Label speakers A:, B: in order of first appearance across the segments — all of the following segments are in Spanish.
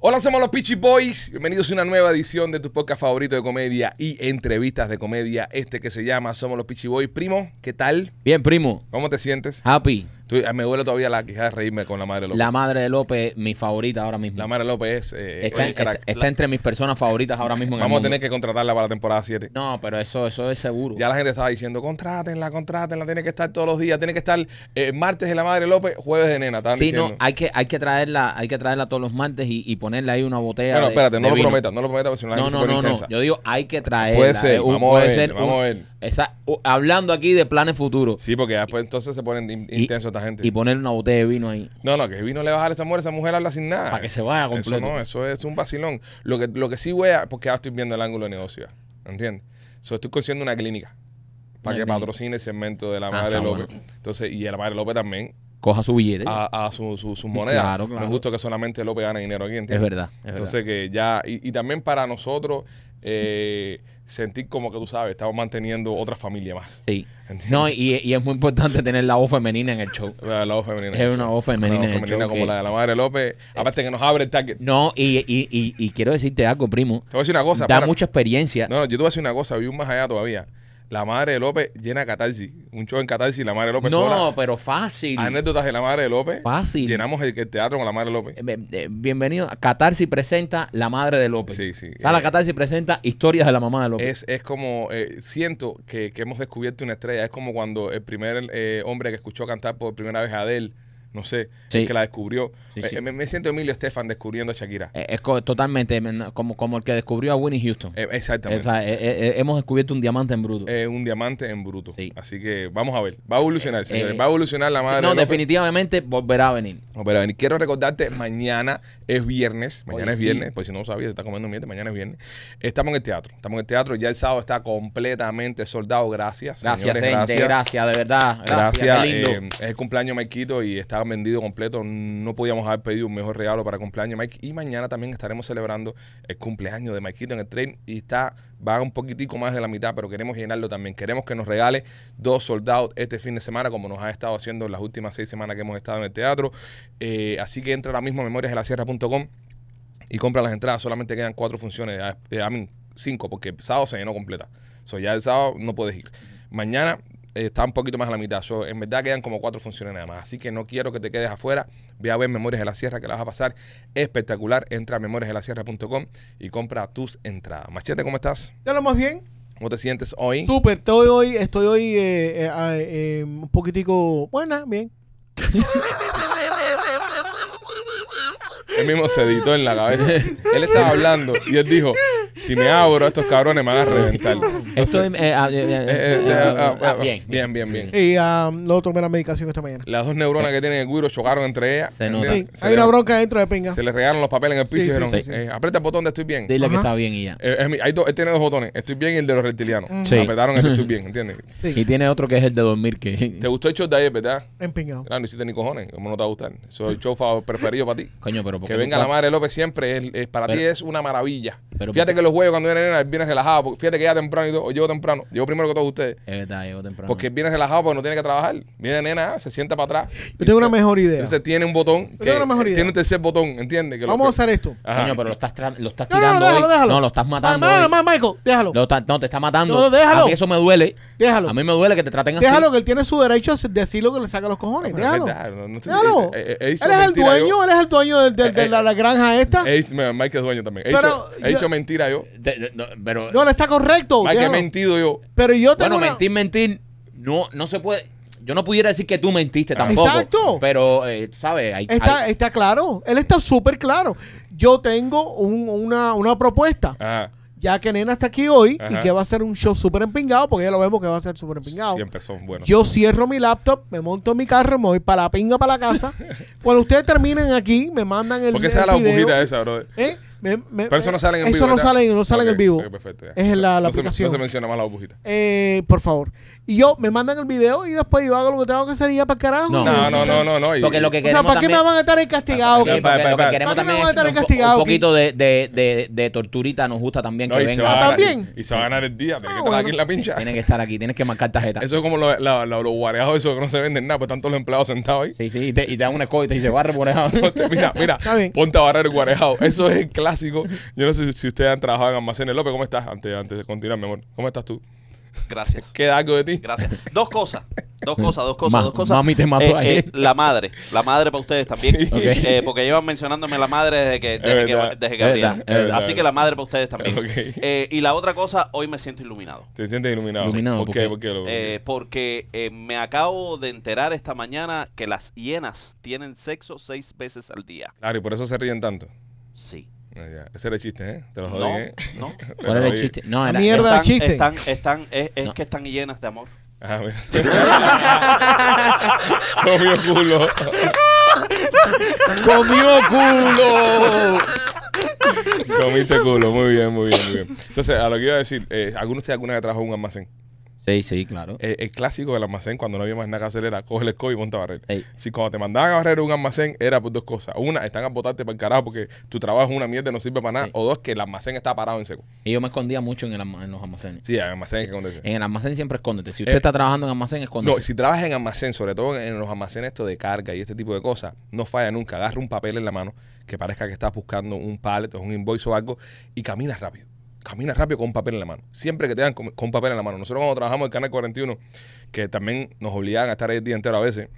A: Hola, somos los Peachy Boys. Bienvenidos a una nueva edición de tu podcast favorito de comedia y entrevistas de comedia. Este que se llama Somos los Peachy Boys. Primo, ¿qué tal?
B: Bien, primo.
A: ¿Cómo te sientes?
B: Happy.
A: Tú- ah, me duele todavía la queja de reírme con la madre López.
B: La
A: La,
B: madre de López, mi favorita ahora mismo.
A: madre López es. eh,
B: está,
A: oye, crack.
B: está- está entre mis personas favoritas ahora mismo en
A: Vamos a
B: el mundo.
A: tener que contratarla para la temporada 7.
B: No, pero eso, eso es seguro.
A: Ya la gente estaba diciendo, contrátenla, contrátenla, tiene que estar todos los días, tiene que estar eh, martes de la madre López, jueves de nena, estaban
B: sí,
A: diciendo.
B: no, hay que, hay que traerla, hay que traerla todos los martes y, y ponerle ahí una botella.
A: bueno,
B: de-
A: espérate, no
B: de
A: lo
B: vino.
A: prometas, no lo prometas, porque si no la
B: No,
A: gente
B: no,
A: se
B: no,
A: pone
B: no.
A: intensa.
B: Yo digo, hay que traerla.
A: Puede ser,
B: eh, un-
A: vamos a
B: puede
A: ver,
B: ser
A: vamos
B: un-
A: a ver.
B: esa- u- hablando aquí de planes futuros
A: Sí, porque después entonces se ponen in-
B: Y-
A: intensos esta gente.
B: y poner una botella de vino ahí.
A: No, no, que vino le va a dar a esa mujer, esa mujer habla sin nada.
B: Pa' que se vaya completo.
A: Ah, Eso no, eso es un vacilón. Lo que, lo que sí voy a, porque ahora estoy viendo el ángulo de negocio, ya, ¿entiendes? So, estoy consiguiendo una clínica para
B: Una
A: que
B: clínica.
A: patrocine el segmento de la
B: Ah,
A: Madre
B: está
A: López.
B: bueno.
A: Entonces, y la Madre López también,
B: Coja su billete.
A: a, a su- su- sus monedas.
B: Claro, claro.
A: No es justo que solamente López gane dinero aquí, ¿entiendes?
B: es verdad. es verdad.
A: Entonces que ya, y, y también para nosotros eh, sentir como que tú sabes, estamos manteniendo otra familia más.
B: Sí.
A: ¿Entiendes?
B: No, y, y es muy importante tener la voz femenina en el show.
A: La voz femenina.
B: Es una voz femenina,
A: Una
B: Eh.
A: voz
B: de hecho,
A: femenina como
B: que-
A: la de la madre López. Aparte que nos abre el target. Te
B: No, y, y- y- y quiero decirte algo, primo.
A: voy a decir una cosa.
B: da
A: espérate.
B: mucha experiencia.
A: No, no, yo te voy a decir una cosa, vi un más allá todavía. La madre de López llena catarsis. Un show en catarsis, la madre de
B: No,
A: López sola.
B: pero fácil.
A: Anécdotas de la madre de López.
B: Fácil.
A: Llenamos el, el teatro con la madre de López.
B: Eh, eh, Bienvenido a Catarsis presenta La Madre de López.
A: Sí, sí.
B: Sala
A: Eh,
B: Catarsis presenta Historias de la Mamá de López.
A: Es, es como, eh, siento que, que hemos descubierto una estrella. Es como cuando el primer eh, hombre que escuchó cantar por primera vez a Adele, no sé,
B: Sí.
A: el que la descubrió.
B: Sí,
A: Eh,
B: sí.
A: me, me siento Emilio Estefan descubriendo a Shakira.
B: Eh, es co- totalmente mm, como, como el que descubrió a Winnie Houston.
A: Eh, exactamente.
B: Esa, eh, eh, eh, hemos descubierto un diamante en bruto.
A: Eh, un diamante en bruto.
B: Sí.
A: Así que vamos a ver. Va a evolucionar, señores.
B: eh,
A: Va a evolucionar la madre.
B: no,
A: López.
B: definitivamente volverá a venir.
A: No, pero ven, quiero recordarte, mañana es viernes, mañana
B: Oye,
A: es
B: sí.
A: viernes, pues si no lo sabías, se está comiendo un miente, mañana es viernes. Estamos en el teatro, estamos en el teatro, ya el sábado está completamente soldado, gracias.
B: Gracias,
A: señores,
B: gente. Gracias. de verdad. Gracias.
A: Gracias.
B: qué lindo.
A: eh, es el cumpleaños de Maikito y está vendido completo. No podíamos haber pedido un mejor regalo para el cumpleaños de Mike. Y mañana también estaremos celebrando el cumpleaños de Maikito en el tren. Y está, va un poquitico más de la mitad, pero queremos llenarlo también. Queremos que nos regale dos soldados este fin de semana, como nos ha estado haciendo en las últimas seis semanas que hemos estado en el teatro. Eh, así que entra ahora mismo a memoriasdelasierra.com y compra las entradas. Solamente quedan cuatro funciones, a cinco, porque el sábado se llenó completa. So, ya el sábado no puedes ir. Mañana eh, está un poquito más a la mitad. So, en verdad quedan como cuatro funciones nada más. Así que no quiero que te quedes afuera. Ve a ver Memorias de la Sierra, que la vas a pasar espectacular. Entra a memoriasdelasierra.com y compra tus entradas. Machete, ¿cómo estás?
C: Ya lo más bien.
A: ¿Cómo te sientes hoy?
C: Súper, estoy hoy, estoy hoy eh, eh, ah, eh, un poquitico buena, bien.
A: Él mismo se editó en la cabeza. él estaba hablando y él dijo, si me abro, estos cabrones me van a reventar.
B: Esto es, eh, ah, eh, eh,
A: Eh, eh, eh, ah, ah,
B: ah,
A: ah,
B: bien, bien.
A: bien, bien, bien.
C: Y ah, lo tomé la medicación esta mañana.
A: Las dos neuronas que tienen el guiro chocaron entre ellas.
B: Se nota.
C: Sí,
A: ¿Entiendes? Se
C: hay una
A: le-
C: bronca dentro de pinga.
A: Se le regaron los papeles en el piso y
C: Sí, sí,
A: dijeron,
C: sí, sí.
A: eh, aprieta el botón de estoy bien.
B: Dile que
C: Ajá.
B: está bien y ya.
A: Eh, es mi- hay dos, él tiene dos botones, estoy bien y el de los reptilianos.
C: Mm.
B: Sí.
A: Apretaron el de estoy bien, ¿entiendes?
B: Y
C: Sí,
B: tiene otro que es el de dormir que
A: ¿Te gustó el show de ayer, verdad?
C: empingado.
A: Claro, no hiciste ni cojones, ¿cómo no te va a gustar? Eso es el show fav- preferido para ti.
B: Coño, pero porque
A: Que venga la madre López siempre, es- es- para ti
B: Pero-
A: es una maravilla.
B: pero
A: fíjate
B: porque-
A: que los jueves cuando viene nena, vienes relajado, porque fíjate que ya temprano y todo, o llego temprano, llego primero que todos ustedes.
B: Es verdad, llegó temprano.
A: Porque viene relajado porque no tiene que trabajar. Viene nena, se sienta para atrás.
C: Yo tengo una mejor idea.
A: Entonces tiene un botón, que,
C: tengo una mejor idea.
A: tiene un tercer botón, ¿entiendes? Que lo-
C: Vamos a hacer pues, esto.
A: Ajá.
B: Coño, pero lo estás, tra- lo estás
C: No, no,
B: tirando
C: déjalo,
B: hoy.
C: déjalo.
B: No, lo estás matando
C: Ma- ma-
B: hoy.
C: ma- Michael, déjalo.
B: Lo está- no, te está matando.
C: No, déjalo.
B: A mí eso me duele.
C: Déjalo.
B: A mí me duele que te traten así.
C: Déjalo, que él tiene su derecho a decir lo que le saca los cojones.
A: Bueno,
C: déjalo.
A: es verdad, no- no estoy-
C: Déjalo.
A: eh, eh, eh, he
C: Él
A: dicho
C: es el
A: mentira yo.
C: dueño, él es el dueño de, de- de
A: Eh,
C: la,
A: eh,
C: la granja esta.
A: He dicho- me- Mike es dueño también. He,
C: Pero
A: hecho, he
C: yo-
A: hecho mentira yo.
B: De- de- no, pero
C: No, no está correcto.
A: Mike, he
C: déjalo.
A: mentido yo.
C: Pero yo tengo
B: bueno,
C: una-
B: mentir, mentir. No, no se puede. Yo no pudiera decir que tú mentiste
A: Ah.
B: tampoco.
C: Exacto.
B: Pero, eh, ¿sabes? Hay,
C: Está,
B: hay-
C: está claro, él está súper claro. Yo tengo un- una, una propuesta.
A: Ajá.
C: ya que Nena está aquí hoy
A: Ah. Ajá.
C: y que va a ser un show súper empingado, porque ya lo vemos que va a ser súper empingado.
A: Siempre son buenos.
C: Yo cierro mi laptop, me monto en mi carro, me voy para la pinga, para la casa. Cuando ustedes terminen aquí, me mandan el,
A: ¿Por qué
C: el
A: se da la
C: video.
A: burbujita esa, bro?
C: ¿Eh? Me- me-
A: Pero eso no sale en vivo.
C: Eso no
A: ¿verdad?
C: sale, no sale en
A: Ok,
C: el vivo.
A: ok, perfecto, ya.
C: Es en la- la
A: no se-
C: aplicación.
A: no se menciona más la burbujita.
C: Eh, por favor. Y yo, me mandan el video y después yo hago lo que tengo que hacer y ya para el carajo.
B: No,
A: No, no, no, no, no. y-
B: Porque lo que
C: o sea,
B: queremos
C: ¿para qué me
B: también- Ah,
C: van a estar ahí
A: Sí,
C: castigados?
B: Sí,
A: pa-
B: porque
A: pa-
B: lo
A: pa-
B: que queremos
C: ¿Para qué
B: también es
C: me van a estar
B: un, po-
C: castigados
B: un
C: aquí?
B: poquito de, de, de, de torturita nos gusta también
A: no,
B: que
A: y, se va
C: Ah,
A: a
B: venga.
A: ganar-
C: también.
A: y se va a ganar el día. Tiene
C: Ah,
A: que estar
C: bueno.
A: aquí en la pincha.
B: Tienes que estar aquí, tienes que marcar tarjeta.
A: Eso es como lo- la- la- los guareados esos que no se venden nada, pues están todos los empleados sentados ahí.
B: Sí, sí, y te, y te dan una escoba y te dice, barre por
A: Ponte-
B: eso.
A: mira, mira,
C: Está bien.
A: ponte a barrer el guarejado. Eso es el clásico. Yo no sé si- si ustedes han trabajado en almacenes. López, ¿cómo estás? Antes, antes de continuar, mi amor. ¿Cómo estás tú?
D: Gracias.
A: ¿Queda algo de ti?
D: Gracias. Dos cosas. Dos cosas, dos cosas,
B: Ma-
D: dos cosas. Eh,
B: mami te mató ayer.
D: la madre. La madre para ustedes también.
A: Sí.
B: Ok.
D: Eh, porque llevan mencionándome la madre desde que, desde que,
A: verdad.
D: desde que
B: Es
D: abrí.
B: verdad, es verdad.
D: Así que la madre para ustedes también.
A: Ok.
D: Eh, y la otra cosa, hoy me siento iluminado.
A: Te sientes iluminado.
B: Iluminado,
A: ¿Por
B: ¿por
A: qué?
B: qué?
A: ¿Por qué? López?
D: Eh, porque eh, me acabo de enterar esta mañana que las hienas tienen sexo seis veces al día.
A: Claro, y por eso se ríen tanto.
D: Sí.
A: Ah, ya. Ese era el chiste, ¿eh? Te lo jodí,
D: No,
A: ¿eh?
D: no.
A: Te lo
B: ¿Cuál era el
A: jodí.
B: chiste? No, era.
C: Mierda.
D: Están,
C: chiste.
D: están, están, es, es
B: No.
D: que están llenas de amor.
A: Ah, mira. Comió culo.
B: ¡Comió culo!
A: Comiste culo. Muy bien, muy bien, muy bien. Entonces, a lo que iba a decir, eh, ¿alguno de ustedes alguna vez trabajó en un almacén?
B: Sí, sí, claro.
A: Eh, el clásico del almacén, cuando no había más nada que hacer, era coge el escobo y ponte a barrer.
B: Ey.
A: Si cuando te mandaban a barrer un almacén, era por dos cosas. Una, están a botarte para el carajo porque tu trabajo es una mierda y no sirve para nada.
B: Sí.
A: O dos, que el almacén está parado en seco.
B: Y yo me escondía mucho en, el, alma- en los almacenes.
A: Sí, el almacén hay que contarse.
B: En el almacén siempre escóndete. Si usted
A: Eh,
B: está trabajando en almacén,
A: No,
B: escóndete.
A: si trabajas en almacén, sobre todo en los almacenes esto de carga y este tipo de cosas, no falla nunca. Agarra un papel en la mano que parezca que estás buscando un pallet o un invoice o algo y caminas rápido. Caminas rápido con un papel en la mano. Siempre que te dan con, con papel en la mano. Nosotros cuando trabajamos en el Canal 41, que también nos obligaban a estar ahí el día entero a veces,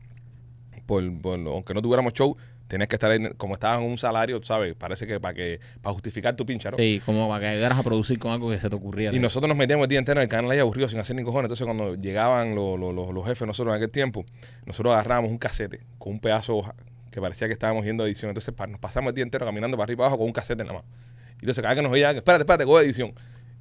A: por, por lo- aunque no tuviéramos show, tenías que estar ahí, como estabas en un salario, ¿sabes? Parece que para que para justificar tu pincha, ¿no?
B: Sí, como para que ayudaras a producir con algo que se te ocurría.
A: Y nosotros nos metíamos el día entero en el canal ahí aburrido sin hacer ni cojones. Entonces, cuando llegaban lo- lo- lo- los jefes, nosotros en aquel tiempo, nosotros agarrábamos un casete con un pedazo de hoja que parecía que estábamos yendo a edición. Entonces, pa- nos pasamos el día entero caminando para arriba y para abajo con un casete en la mano. Y Entonces, cada vez que nos veían, espérate, espérate, coge edición.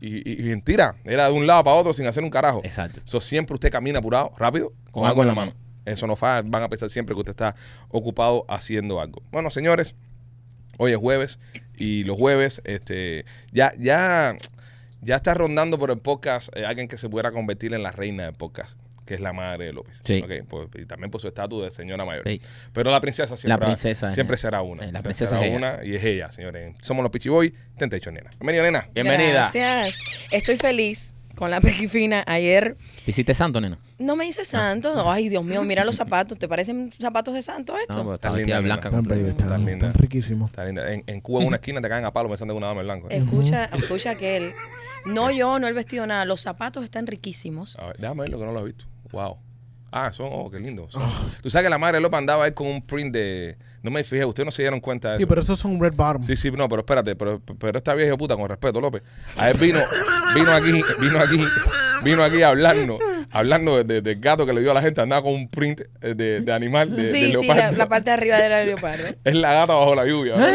A: Y, y- y mentira, era de un lado para otro sin hacer un carajo.
B: Exacto.
A: Eso siempre usted camina apurado, rápido, con, algo en la mano. Eso no falla, van a pensar siempre que usted está ocupado haciendo algo. Bueno, señores, hoy es jueves y los jueves, este, ya, ya, ya está rondando por el podcast eh, alguien que se pudiera convertir en la reina del podcast, que es la madre de López.
B: Sí.
A: Ok, por- y también por su estatus de señora mayor.
B: Sí.
A: Pero la princesa siempre,
B: La princesa es
A: siempre
B: ella.
A: será una.
B: Sí, la
A: Siempre
B: princesa
A: será
B: es ella.
A: una y es ella, señores. Somos los Pichiboy, te hecho nena. Bienvenida, nena.
B: Bienvenida.
E: Gracias. Estoy feliz con la pequifina. Ayer
B: ¿Te hiciste santo, nena?
E: no me hice santo.
B: Ah.
E: No, ay, Dios mío, mira los zapatos. ¿Te parecen zapatos de santo esto?
B: No, porque
A: Estás
B: estaba vestida de
A: linda,
B: blanca.
A: nena.
C: Tan bello,
B: completa.
A: Está
C: tan,
A: linda.
C: tan riquísimo.
A: Está linda. En, en Cuba, en una esquina, te caen a palo pensando que una dama en blanco. ¿eh?
E: Escucha, escucha aquel. No yo, no el vestido, nada. Los zapatos están riquísimos.
B: Ah,
A: A ver, Ah, déjame verlo que no lo he visto. Wow. Ah, son, oh, qué lindo. son. Tú sabes que la madre López andaba ahí con un print de. No me fijé, ustedes no se dieron cuenta de eso.
C: Sí, pero esos son red bottom.
A: Sí, sí, no, pero espérate, pero, pero esta vieja puta, con respeto, López. A él vino, vino aquí, vino aquí, vino aquí hablando, hablando de- de- del gato que le dio a la gente, andaba con un print eh, de, de animal, de, de
E: sí, sí, la,
A: leopardo.
E: la parte de arriba del leopardo.
A: Es la gata bajo la lluvia, bro.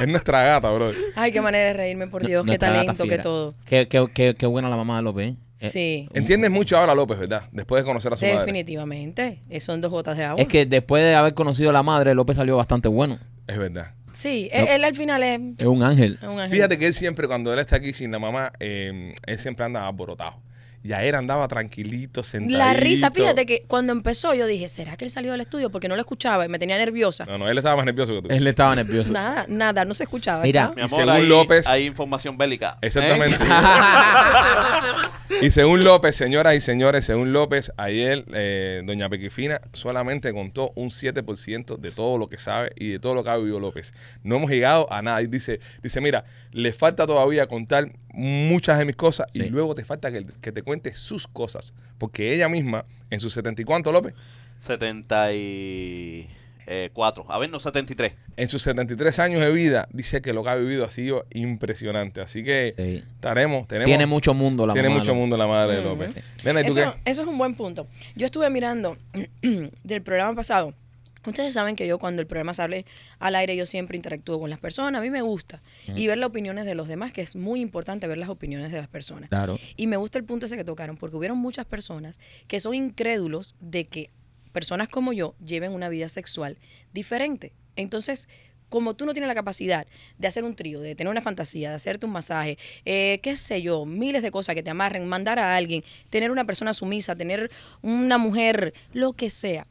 A: Es nuestra gata, bro.
E: Ay, qué manera de reírme, por Dios, qué
B: Nuestra gata
E: talento, qué
B: fiera.
E: todo.
B: Qué, qué, qué, qué buena la mamá de López. ¿eh? Eh,
E: Sí,
A: Entiendes mucho ahora a López, ¿verdad? Después de conocer a su madre.
E: definitivamente. Eh, Son dos gotas de agua.
B: Es que después de haber conocido a la madre, López salió bastante bueno.
A: Es verdad.
E: sí, él, él al final es
B: Es un ángel.
E: un ángel.
A: Fíjate que él siempre, cuando él está aquí sin la mamá, eh, él siempre anda alborotado. Y ayer andaba tranquilito, sentadito.
E: La risa, fíjate que cuando empezó yo dije, ¿será que él salió del estudio? Porque no lo escuchaba y me tenía nerviosa.
A: No, no, él estaba más nervioso que tú.
B: Él estaba nervioso.
E: Nada, nada, no se escuchaba.
B: Mira.
E: ¿está?
D: Mi
A: Y
D: amor,
A: según
D: hay,
A: López-
D: hay información bélica.
A: Exactamente.
D: ¿Eh?
B: ¿Eh?
A: y según López, señoras y señores, según López, ayer eh, doña Pequifina solamente contó un 7% de todo lo que sabe y de todo lo que ha vivido López. No hemos llegado a nada. Y dice, dice mira, le falta todavía contar muchas de mis cosas y
B: Sí.
A: luego te falta que, que te cuente sus cosas. Porque ella misma, en sus 70 y cuánto, López,
D: 74. eh, A ver, no 73.
A: en sus 73 años de vida, dice que lo que ha vivido ha sido impresionante. Así que
B: Sí.
A: estaremos, tenemos...
B: Tiene mucho mundo la
A: tiene
B: mamá de
A: mucho
B: López.
A: mundo la madre de
E: Ujú.
A: López. Nena, ¿y tú
E: Eso,
A: qué?
E: eso es un buen punto. Yo estuve mirando del programa pasado. Ustedes saben que yo cuando el programa sale al aire yo siempre interactúo con las personas, a mí me gusta. Y ver las opiniones de los demás, que es muy importante ver las opiniones de las personas.
B: Claro.
E: Y me gusta el punto ese que tocaron, porque hubieron muchas personas que son incrédulos de que personas como yo lleven una vida sexual diferente. Entonces, como tú no tienes la capacidad de hacer un trío, de tener una fantasía, de hacerte un masaje, eh, qué sé yo, miles de cosas que te amarren, mandar a alguien, tener una persona sumisa, tener una mujer, lo que sea,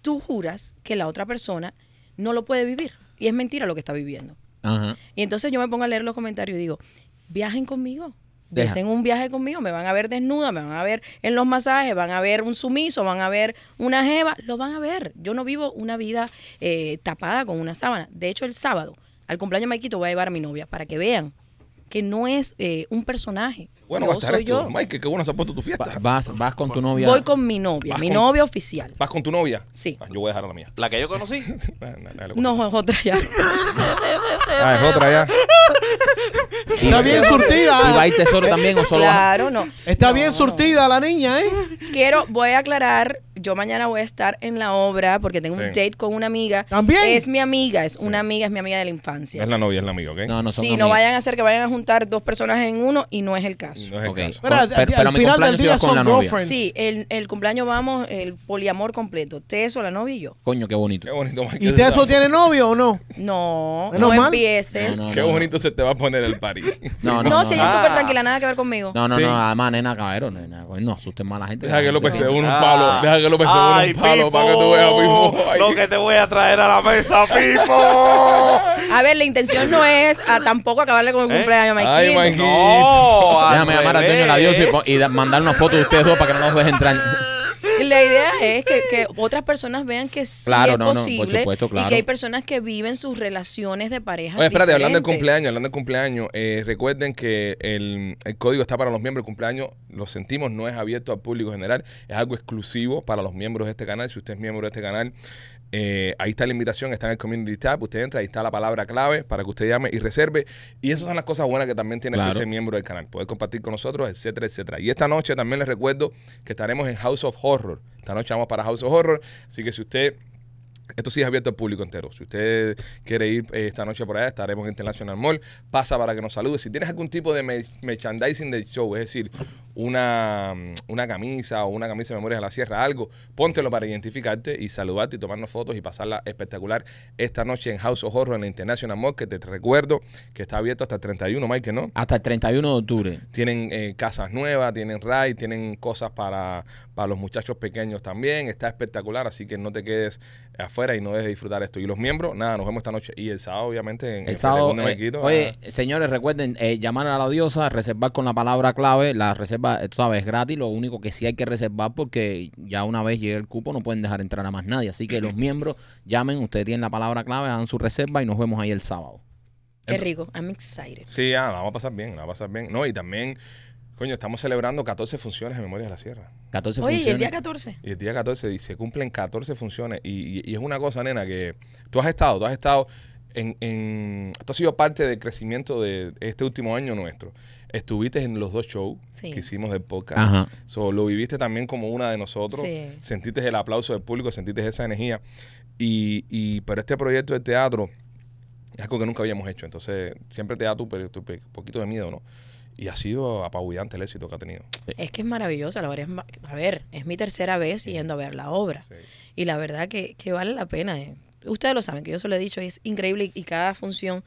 E: tú juras que la otra persona no lo puede vivir. Y es mentira lo que está viviendo.
B: Ajá.
E: Y entonces yo me pongo a leer los comentarios y digo, viajen conmigo.
B: Deja.
E: Hacen un viaje conmigo, me van a ver desnuda, me van a ver en los masajes, van a ver un sumiso, van a ver una jeva, lo van a ver. Yo no vivo una vida eh, tapada con una sábana. De hecho, el sábado, al cumpleaños de Maikito, voy a llevar a mi novia para que vean que no es eh, un personaje.
A: Bueno,
E: Yo
A: va a estar
E: soy
A: esto.
E: yo.
A: Mike, qué bueno se ha puesto tu fiesta.
B: Va- vas, vas con tu novia.
E: Voy con mi novia,
A: Vas
E: mi
A: con-
E: novia oficial.
A: ¿Vas con tu novia?
E: Sí.
A: Ah, yo voy a dejar a la mía.
D: La que yo conocí.
A: Nah, nah, nah, le cuento.
E: No, es otra ya.
A: Ah, es otra ya.
B: Y-
C: Está bien
B: ¿Y va a
C: surtida. ¿eh?
B: ir tesoro también o solo vas a-
E: claro, no.
C: Está
E: No,
C: bien
E: no.
C: surtida la niña, ¿eh?
E: Quiero, voy a aclarar, yo mañana voy a estar en la obra porque tengo
A: Sí.
E: un date con una amiga.
C: ¿También?
E: Es mi amiga, es
A: Sí.
E: una amiga, es mi amiga de la
A: No
E: infancia.
A: es la novia, es la amiga, ¿ok?
B: No, no son
E: si no
B: amigas.
E: vayan a hacer que vayan a juntar dos personas en uno y no es el caso.
A: No es el
B: Ok.
A: caso.
C: Mira,
B: Pero- pero
C: al
B: a mi
C: final del
B: cumpleaños
C: día
B: ibas con
C: son
B: la novia.
C: girlfriends.
E: Sí, el, el cumpleaños vamos, el poliamor completo. Teso, la novia y yo.
B: Coño, qué bonito.
A: Qué bonito, Mike.
C: ¿Y usted eso tiene novio o no?
E: No,
C: Menos
E: no
C: mal.
E: empieces.
B: No,
E: No,
B: no.
A: Qué bonito se te va a poner el party.
B: No, no,
E: si
B: no, Ah.
E: ella es
D: no.
E: súper tranquila, nada que ver conmigo.
B: No, no,
A: Sí.
B: no, además, nena, cabero, nena, coño, no asusten más a la gente.
A: Deja que López
B: Sí.
A: se dé un
D: Ah.
A: palo. Deja que López se dé
D: Ay,
A: un palo
D: Pipo,
A: para que tú veas, Pipo. Ay.
D: Lo que te voy a traer a la mesa, Pipo.
E: A ver, la intención no es a tampoco acabarle con el
D: ¿Eh?
E: cumpleaños,
A: Ay,
E: Maikito.
A: Maikito.
D: No, al
B: Déjame llamar al dueño de la
D: revés.
B: diosa y po- y, da- mandar una foto de ustedes dos para que no nos dejen entrar.
E: La idea es que, que otras personas vean que sí
B: Claro,
E: es
B: no, no, por
E: posible
B: supuesto,
E: y
B: claro.
E: que hay personas que viven sus relaciones de pareja.
A: Oye, espérate, hablando del
E: diferentes.
A: cumpleaños, hablando del cumpleaños, eh, recuerden que el, el código está para los miembros. El cumpleaños, lo sentimos, no es abierto al público general, es algo exclusivo para los miembros de este canal. Si usted es miembro de este canal, eh, ahí está la invitación, está en el Community Tab, usted entra, ahí está la palabra clave para que usted llame y reserve. Y esas son las cosas buenas que también tiene
B: Claro.
A: ser miembro del canal, poder compartir con nosotros, etcétera, etcétera. Y esta noche también les recuerdo que estaremos en House of Horror. Esta noche vamos para House of Horror, así que si usted... Esto sí es abierto al público entero. Si usted quiere ir eh, esta noche por allá, estaremos en International Mall. Pasa para que nos salude. Si tienes algún tipo de me- merchandising del show, es decir, una, mm, una camisa o una camisa de Memorias de la Sierra, algo, póntelo para identificarte y saludarte y tomarnos fotos y pasarla espectacular esta noche en House of Horror en la International Mall, que te recuerdo que está abierto hasta el 31, Mike, ¿no?
B: Hasta el 31 de octubre.
A: Tienen eh, casas nuevas, tienen rides, tienen cosas para, para los muchachos pequeños también. Está espectacular, así que no te quedes afuera y no dejes de disfrutar esto. Y los miembros, nada, nos vemos esta noche. Y el sábado, obviamente, en
B: El sábado.
A: Pentecón de
B: eh,
A: Maikito,
B: oye,
A: ah.
B: señores, recuerden eh, llamar a la diosa, reservar con la palabra clave. La reserva, eh, tú sabes, es gratis. Lo único que sí hay que reservar porque ya una vez llegue el cupo no pueden dejar entrar a más nadie. Así que los miembros llamen, ustedes tienen la palabra clave, hagan su reserva y nos vemos ahí el sábado.
E: Qué rico, I'm excited.
A: Sí, ah, la vamos a pasar bien, la vamos a pasar bien. No, y también, coño, estamos celebrando 14 funciones de Memorias de la Sierra.
B: 14
E: Oye, ¿y el
B: funciones.
E: día 14?
A: Y el día 14 y se cumplen 14 funciones. Y, y- y es una cosa, nena, que tú has estado, tú has estado en, en- Tú has sido parte del crecimiento de este último año nuestro. Estuviste en los dos shows
E: Sí.
A: que hicimos del podcast.
B: Ajá.
A: So, lo viviste también como una de nosotros.
E: Sí.
A: Sentiste el aplauso del público, sentiste esa energía. Y, y- pero este proyecto de teatro es algo que nunca habíamos hecho. Entonces, siempre te da tu, pe- tu pe- poquito de miedo, ¿no? Y ha sido apabullante el éxito que ha tenido.
E: Es que es maravillosa, la verdad. es ma- a ver, es mi tercera vez yendo a ver la obra.
A: Sí.
E: Y la verdad que, que vale la pena. eh. Ustedes lo saben, que yo se lo he dicho, y es increíble. Y, y cada función,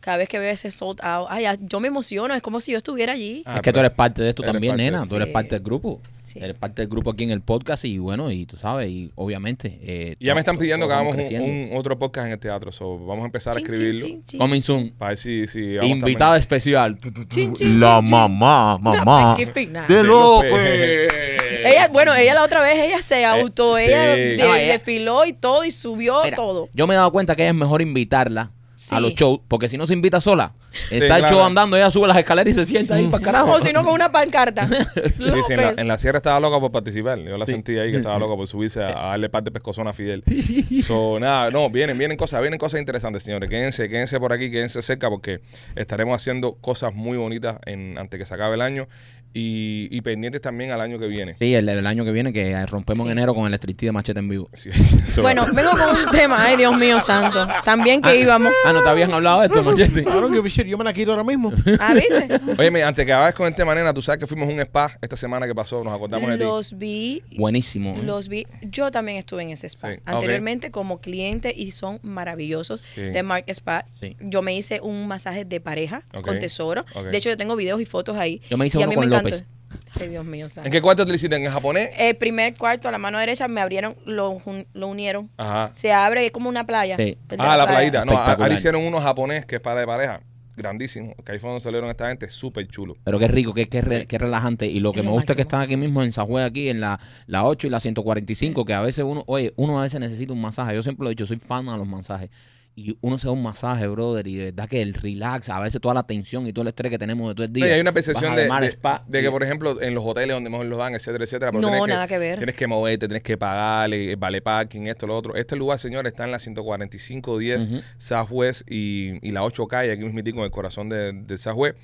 E: cada vez que veo ese sold out, ay, ya- yo me emociono, es como si yo estuviera allí.
A: Ah,
B: es que tú
A: pero-
B: eres parte de esto
A: eres
B: también,
A: parte de
B: nena.
A: eso.
B: Tú eres
E: Sí.
B: parte del grupo.
E: Sí.
B: Eres parte del grupo aquí en el podcast y bueno, y tú sabes, y obviamente. eh,
A: Y ya me
B: to-
A: están pidiendo
B: todos
A: que hagamos
B: vamos
A: un,
B: creciendo.
A: un- otro podcast en el teatro. So, vamos a empezar a
E: Chin, chin,
A: escribirlo.
E: chin, chin.
B: Coming soon.
A: Para ver si, si vamos
B: Invitada especial. Tu, tu, tu.
E: Chin, chin, chin, chin.
F: mamá,
E: No,
F: mamá.
E: qué fina.
F: De
A: López.
F: López.
E: Ella, bueno, ella la otra vez, ella se auto,
A: Eh, sí.
E: ella de-
B: No, ella-
E: desfiló y todo, y subió
B: Mira,
E: todo.
B: Yo me he dado cuenta que es mejor invitarla
E: Sí.
B: a los shows, porque si no se invita sola, está el
A: claro.
B: show andando, ella sube las escaleras y se sienta ahí para carajo.
E: Mm. O si no, con una pancarta.
A: también. Ah, Sí, sí, en, la,
E: López.
A: en la sierra estaba loca por participar. Yo la sentí ahí que estaba loca por subirse a, a darle parte de pescozón a Fidel. So, nada, no, vienen, vienen cosas, vienen cosas interesantes, señores. Quédense, quédense por aquí, quédense cerca porque estaremos haciendo cosas muy bonitas en, antes que se acabe el año. y, y pendientes también al año que viene.
B: Sí, el, el año que viene que eh, rompemos
E: Sí.
B: en enero con el striptease de Machete en vivo.
A: Sí, eso-
E: Bueno, vengo con un tema, ay Dios mío santo. También
B: Ah,
E: que íbamos.
B: Ah, no te habían hablado de esto, Machete.
C: Claro que shit, yo me la quito ahora mismo.
E: Ah, ¿viste?
A: Óyeme, antes que acabes con el tema, nena, tú sabes que fuimos a un spa esta semana que pasó, nos acordamos de ti.
E: Los vi
B: Buenísimo. ¿eh?
E: Los vi, yo también estuve en ese spa
A: Sí, ah, ok.
E: anteriormente como cliente y son maravillosos
A: Sí.
E: de Mark Spa.
B: Sí.
E: Yo me hice un masaje de pareja
A: Ok,
E: con tesoro.
A: ok.
E: De hecho, yo tengo videos y fotos ahí.
B: Yo me hice
E: y a
B: uno
E: mí
B: con
E: me encantó.
B: López.
E: Ay, Dios mío, santo.
A: ¿En qué cuarto te lo hiciste? ¿En japonés?
E: El primer cuarto a la mano derecha me abrieron, lo, jun- lo unieron.
A: Ajá.
E: Se abre y es como una playa.
B: Sí.
E: Es de
A: Ah, la playita. No, a-
B: Espectacular.
A: ahora hicieron unos japonés que es para de pareja. Grandísimo. Que ahí fue donde salieron esta gente. Súper chulo.
B: Pero qué rico, qué, qué, re- qué relajante. Y lo que
E: Es
B: me
E: lo
B: gusta es que
E: máximo.
B: están aquí mismo en Sajue, aquí en la, la 8 y la 145, que a veces uno, oye, uno a veces necesita un masaje. Yo siempre lo he dicho, soy fan a los masajes. Y uno se da un masaje, brother, y de verdad que el relax, a veces toda la tensión y todo el estrés que tenemos de todo el día.
A: No, y hay una
B: vas a
A: percepción de,
B: Mar
A: de-
B: Spa
A: de
B: y-
A: que, por ejemplo, en los hoteles donde mejor los dan, etcétera, etcétera. pero
E: No,
A: Pues tienes
E: nada que ver.
A: Tienes que moverte, tienes que pagar, eh, vale parking, esto, lo otro. Este lugar, señores, está en la 14510
B: Ujú.
A: Southwest y, y la 8 calle, aquí mismo en el corazón de, de Southwest.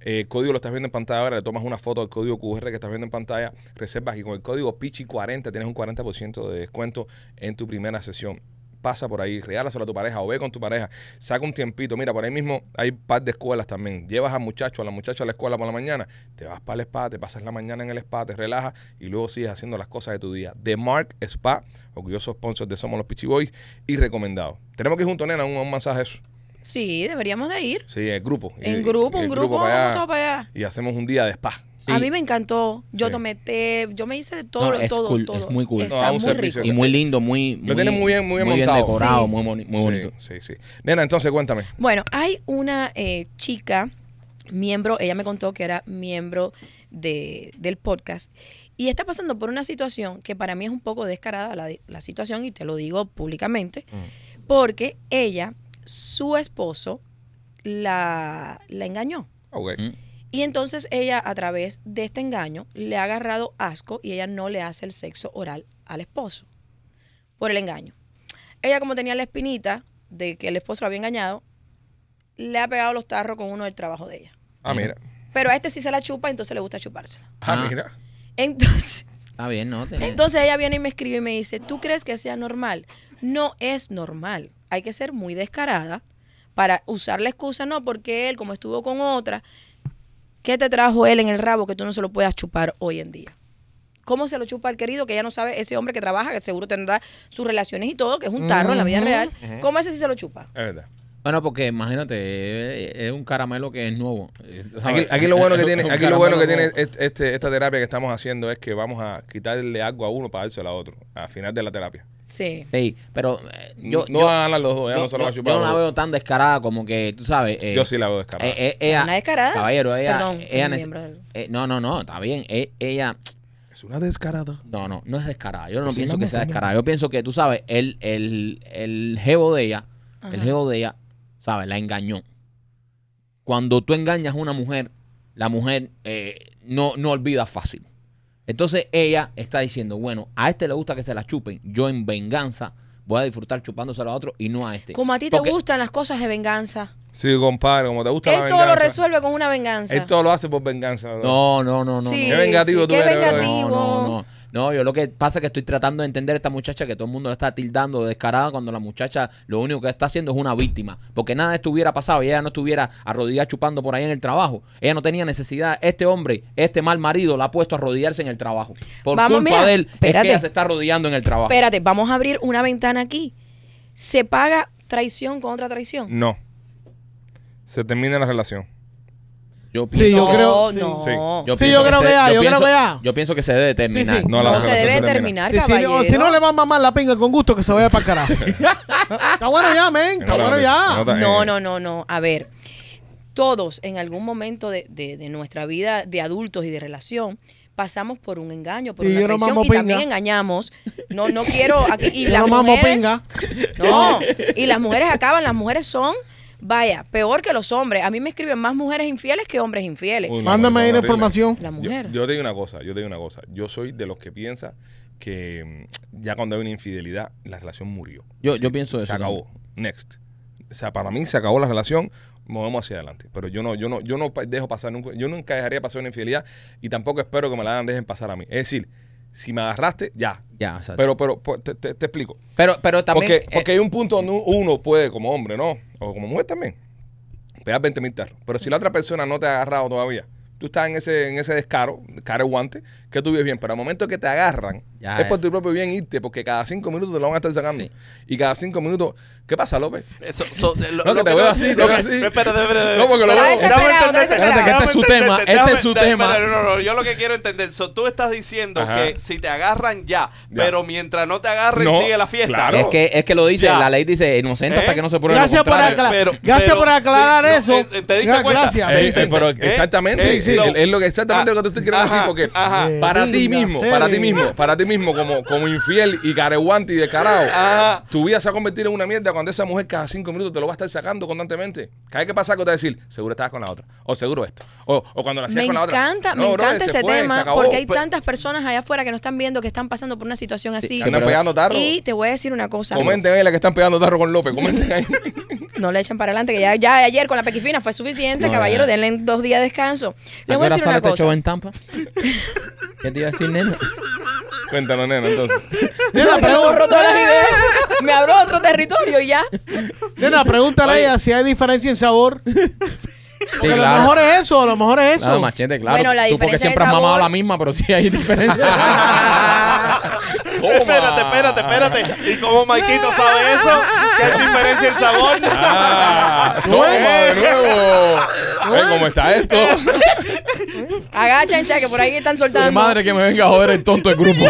A: Eh, el código lo estás viendo en pantalla ahora, le tomas una foto del código QR que estás viendo en pantalla, reservas y con el código PICHI40 tienes un 40% de descuento en tu primera sesión. Pasa por ahí, regálaselo a tu pareja o ve con tu pareja, saca un tiempito. Mira, por ahí mismo hay un par de escuelas también. Llevas al muchacho, a la muchacha a la escuela por la mañana, te vas para el spa, te pasas la mañana en el spa, te relajas y luego sigues haciendo las cosas de tu día. The Mark Spa, orgulloso sponsor de Somos los Pichi Boys y recomendado. Tenemos que ir juntos, nena, a un, a un masaje eso.
E: Sí, deberíamos de ir.
A: Sí, el grupo.
E: En
A: Y-
E: grupo,
A: y
E: un
A: el
E: grupo,
A: para
E: vamos
A: allá.
E: todos para allá.
A: Y hacemos un día de spa.
E: A
B: Sí.
E: mí me encantó. Yo
A: Sí.
E: tomé té, yo me hice de todo,
B: No, es
E: todo,
B: cool,
E: todo.
B: es muy cool.
A: No,
E: Está
A: a un
E: muy
A: servicio.
E: rico.
B: Y muy lindo, muy.
A: Lo tienen muy bien- muy bien montado.
B: decorado,
E: Sí.
B: muy, boni- muy
A: Sí,
B: bonito.
A: Sí, sí. Nena, entonces cuéntame.
E: Bueno, hay una eh, chica, miembro, ella me contó que era miembro de, del podcast y está pasando por una situación que para mí es un poco descarada la, la situación y te lo digo públicamente, porque ella, su esposo, la, la engañó.
A: Ok.
B: Mm.
E: Y entonces ella a través de este engaño le ha agarrado asco y ella no le hace el sexo oral al esposo por el engaño. Ella como tenía la espinita de que el esposo la había engañado, le ha pegado los tarros con uno del trabajo de ella.
A: Ah, mira.
E: Pero a este sí se la chupa, entonces le gusta chupársela.
A: Ah,
B: Ah.
A: mira.
E: Entonces,
B: Está bien, ¿no? Tiene-
E: entonces ella viene y me escribe y me dice, ¿tú crees que sea normal? No es normal. Hay que ser muy descarada para usar la excusa, no, porque él, como estuvo con otra, ¿qué te trajo él en el rabo que tú no se lo puedas chupar hoy en día? ¿Cómo se lo chupa el querido que ya no sabe ese hombre que trabaja, que seguro tendrá sus relaciones y todo, que es un tarro en la vida real? ¿Cómo ese sí se lo chupa?
A: Es verdad.
B: Bueno, porque imagínate, eh, es un caramelo que es nuevo. eh, ¿sabes?
A: Aquí, aquí lo bueno que
B: Es
A: tiene,
B: un
A: aquí lo bueno que tiene
B: caramelo
A: es- este- esta terapia que estamos haciendo es que vamos a quitarle algo a uno para dárselo a otro. Al final de la terapia.
E: Sí.
B: nuevo. Sí, pero eh, yo,
A: no
B: yo-
A: van a ganar los dos, ella
B: yo-
A: no se lo va a
B: yo-
A: chupar.
B: yo no
A: los
B: la
A: dos.
B: veo tan descarada como que, tú sabes. eh,
A: Yo sí la veo descarada.
B: eh, eh, ella-
E: ¿Una descarada?
B: Caballero, ella.
E: Perdón,
B: ella
E: un
B: nece-
E: miembro del-
B: eh, no, no, no, está bien. eh, ella.
A: es una descarada.
B: No, no, no es descarada. Yo no
A: Pues sí,
B: pienso
A: vamos
B: que sea
A: a ver.
B: descarada. Yo pienso que, tú sabes, el, el, el jevo de ella, el
E: Ajá.
B: jevo de ella, ¿sabes? La engañó. Cuando tú engañas a una mujer, la mujer eh, no, no olvida fácil. Entonces ella está diciendo, bueno, a este le gusta que se la chupen. Yo en venganza voy a disfrutar chupándosela a otro y no a este.
E: Como a ti te
B: Porque-
E: gustan las cosas de venganza.
A: Sí, compadre, como te gusta
E: Él
A: la
E: todo lo
A: venganza,
E: resuelve con una venganza.
A: Él todo lo hace por venganza. ¿verdad?
B: No, no, no, no.
E: Sí,
B: no.
A: Qué vengativo
E: sí,
A: tú
E: qué
A: eres, ¿verdad?
E: vengativo.
B: No, no, no. No, yo lo que pasa es que estoy tratando de entender a esta muchacha que todo el mundo la está tildando de descarada cuando la muchacha lo único que está haciendo es una víctima. Porque nada de esto hubiera pasado y ella no estuviera arrodillada chupando por ahí en el trabajo. Ella no tenía necesidad. Este hombre, este mal marido, la ha puesto a arrodillarse en el trabajo. Por
E: Vamos,
B: culpa
E: mira,
B: de él, es
E: espérate.
B: que ella se está arrodillando en el trabajo.
E: Espérate, vamos a abrir una ventana aquí. Se paga traición con otra traición.
A: No. Se termina la relación.
B: yo
C: Sí, yo
E: no,
C: creo- sí.
E: no.
A: Sí.
B: yo
C: Sí,
B: pienso
C: yo creo que
B: se-
C: ya, yo creo
B: pienso-
C: que ya.
B: Yo pienso que se debe terminar.
C: Sí, sí.
A: No, la
E: No, se
A: relación
E: debe
A: se termina.
E: terminar,
C: Sí, sí,
E: caballero.
C: o si no le va a mamar la pinga con gusto que se vaya para carajo. Está bueno ya, men. Está
A: En otra-
C: bueno
A: en
C: ya.
A: otra-
E: No,
A: eh,
E: no, no, no. A ver, todos en algún momento de, de- de nuestra vida de adultos y de relación pasamos por un engaño, por
C: Sí,
E: una
C: yo no
E: traición
C: mamo
E: y también
C: pinga.
E: engañamos. No, no quiero aquí. Y
C: Yo
E: las
C: no mamo
E: mujeres-
C: pinga.
E: No, y las mujeres acaban, las mujeres son, vaya, peor que los hombres. A mí me escriben más mujeres infieles que hombres infieles.
A: Uy, no, eso
C: Mándame ahí
A: es
C: la
A: horrible.
C: información.
E: La
A: Yo,
E: mujer.
A: yo te digo una cosa, yo te digo una cosa. Yo soy de los que piensa que mm, ya cuando hay una infidelidad, la relación murió.
B: Yo- yo pienso
A: se
B: eso
A: acabó. Next. O sea, para mí se acabó la relación. movemos hacia adelante. Pero yo no, yo no, yo no pa- dejo pasar nunca, yo nunca dejaría pasar una infidelidad y tampoco espero que me la hagan dejen pasar a mí. Es decir, si me agarraste, ya.
B: Ya, exacto.
A: Pero, pero, po- te, te- te explico.
B: pero, pero también.
A: porque,
B: eh,
A: porque hay un punto donde uno puede, como hombre, ¿no? O como mujer también, pegar 20 mil tarros. Pero si la otra persona no te ha agarrado todavía, tú estás en ese, en ese descaro, cara de guante, que tú vives bien. Pero al momento que te agarran,
B: Ya,
A: es
B: eh.
A: por tu propio bien irte, porque cada cinco minutos te lo van a estar sacando.
B: Sí.
A: Y cada cinco minutos, ¿qué pasa, López?
D: Eso, so- de- lo-
A: No, que
D: lo
A: te veo así, te
D: lo
A: veo
D: que-
A: así.
D: Espérate, espérate.
A: No, porque lo
E: Pero
A: veo.
E: ese- Desesperado,
D: Déjame
E: desesperado.
D: entender,
B: Espérate, que este es su
D: déjame
B: tema, este
D: entender, déjame-
B: es su
D: déjame-
B: tema.
D: espérate, No, no, no, yo lo que quiero entender, so, tú estás diciendo
A: Ajá.
D: que si te agarran ya,
A: Ya.
D: pero mientras no te agarren
A: No,
D: sigue la fiesta.
A: claro.
B: Es que, es que lo dice,
D: Ya.
B: la ley dice inocente
D: ¿Eh?
B: hasta que no se pruebe lo
C: Gracias por,
B: contrario.
D: acla-
C: acla-
D: Pero-
C: gracias
D: pero-
C: por aclarar
D: sí, no,
C: eso.
D: eh, eh, ¿te diste
C: Gra-
D: cuenta?
C: Gracias.
A: Eh,
C: ¿viste?
A: eh, pero
D: ¿Eh?
A: exactamente,
D: Sí, sí.
A: es- es lo que exactamente
D: Ah,
A: lo que tú te quieres
D: ajá,
A: decir, porque
D: ajá.
A: para ti
C: Bendiga
A: mismo,
C: sea
A: para ti
C: Dios.
A: mismo, para ti mismo como, como infiel y careguante y descarado,
D: Ajá.
A: tu vida se va a convertir en una mierda cuando esa mujer cada cinco minutos te lo va a estar sacando constantemente. Cada vez que pasa algo te va a decir, seguro estabas con la otra, o seguro esto, o, o cuando la hacías
E: Me
A: con la otra.
E: encanta,
A: No,
E: me
A: brother,
E: encanta
A: se
E: este
A: fue, se
E: tema
A: acabó. pues.
E: porque hay
A: Pe-
E: tantas personas allá afuera que no están viendo que están pasando por una situación así.
A: Se andan
B: pero-
A: pegando tarro.
E: Y te voy a decir una cosa.
A: Comenten ahí la que están pegando tarro con López, comenten ahí.
E: No le echan para adelante, que ya, ya ayer con la pequifina fue suficiente,
B: No,
E: caballero,
B: ya.
E: denle dos días de descanso.
B: ¿A
E: Les
B: qué
E: voy a
B: hora
E: decir
B: sale
E: una
B: este
E: cosa.
B: show en Tampa? ¿Qué te iba a decir, nena?
A: Cuéntanos, nena, entonces.
C: Nena,
E: Pero
C: pregun-
E: borró todas las ideas. Me abrió otro territorio y ya.
C: nena, pregúntale a ella si hay diferencia en sabor. Porque a lo mejor es eso, a lo mejor es eso.
B: Claro, machete, claro.
E: Bueno, la
B: Tú porque
E: diferencia
B: siempre
E: de
B: has mamado
E: sabor-
B: la misma, pero sí hay diferencia.
A: Toma.
D: Espérate, espérate, espérate. ¿Y cómo Maikito sabe eso? ¿Qué diferencia el sabor?
A: Ah, toma de nuevo. Ve ¿Cómo está esto?
E: Agáchense, que por ahí están soltando.
B: De madre que me venga a joder el tonto del grupo.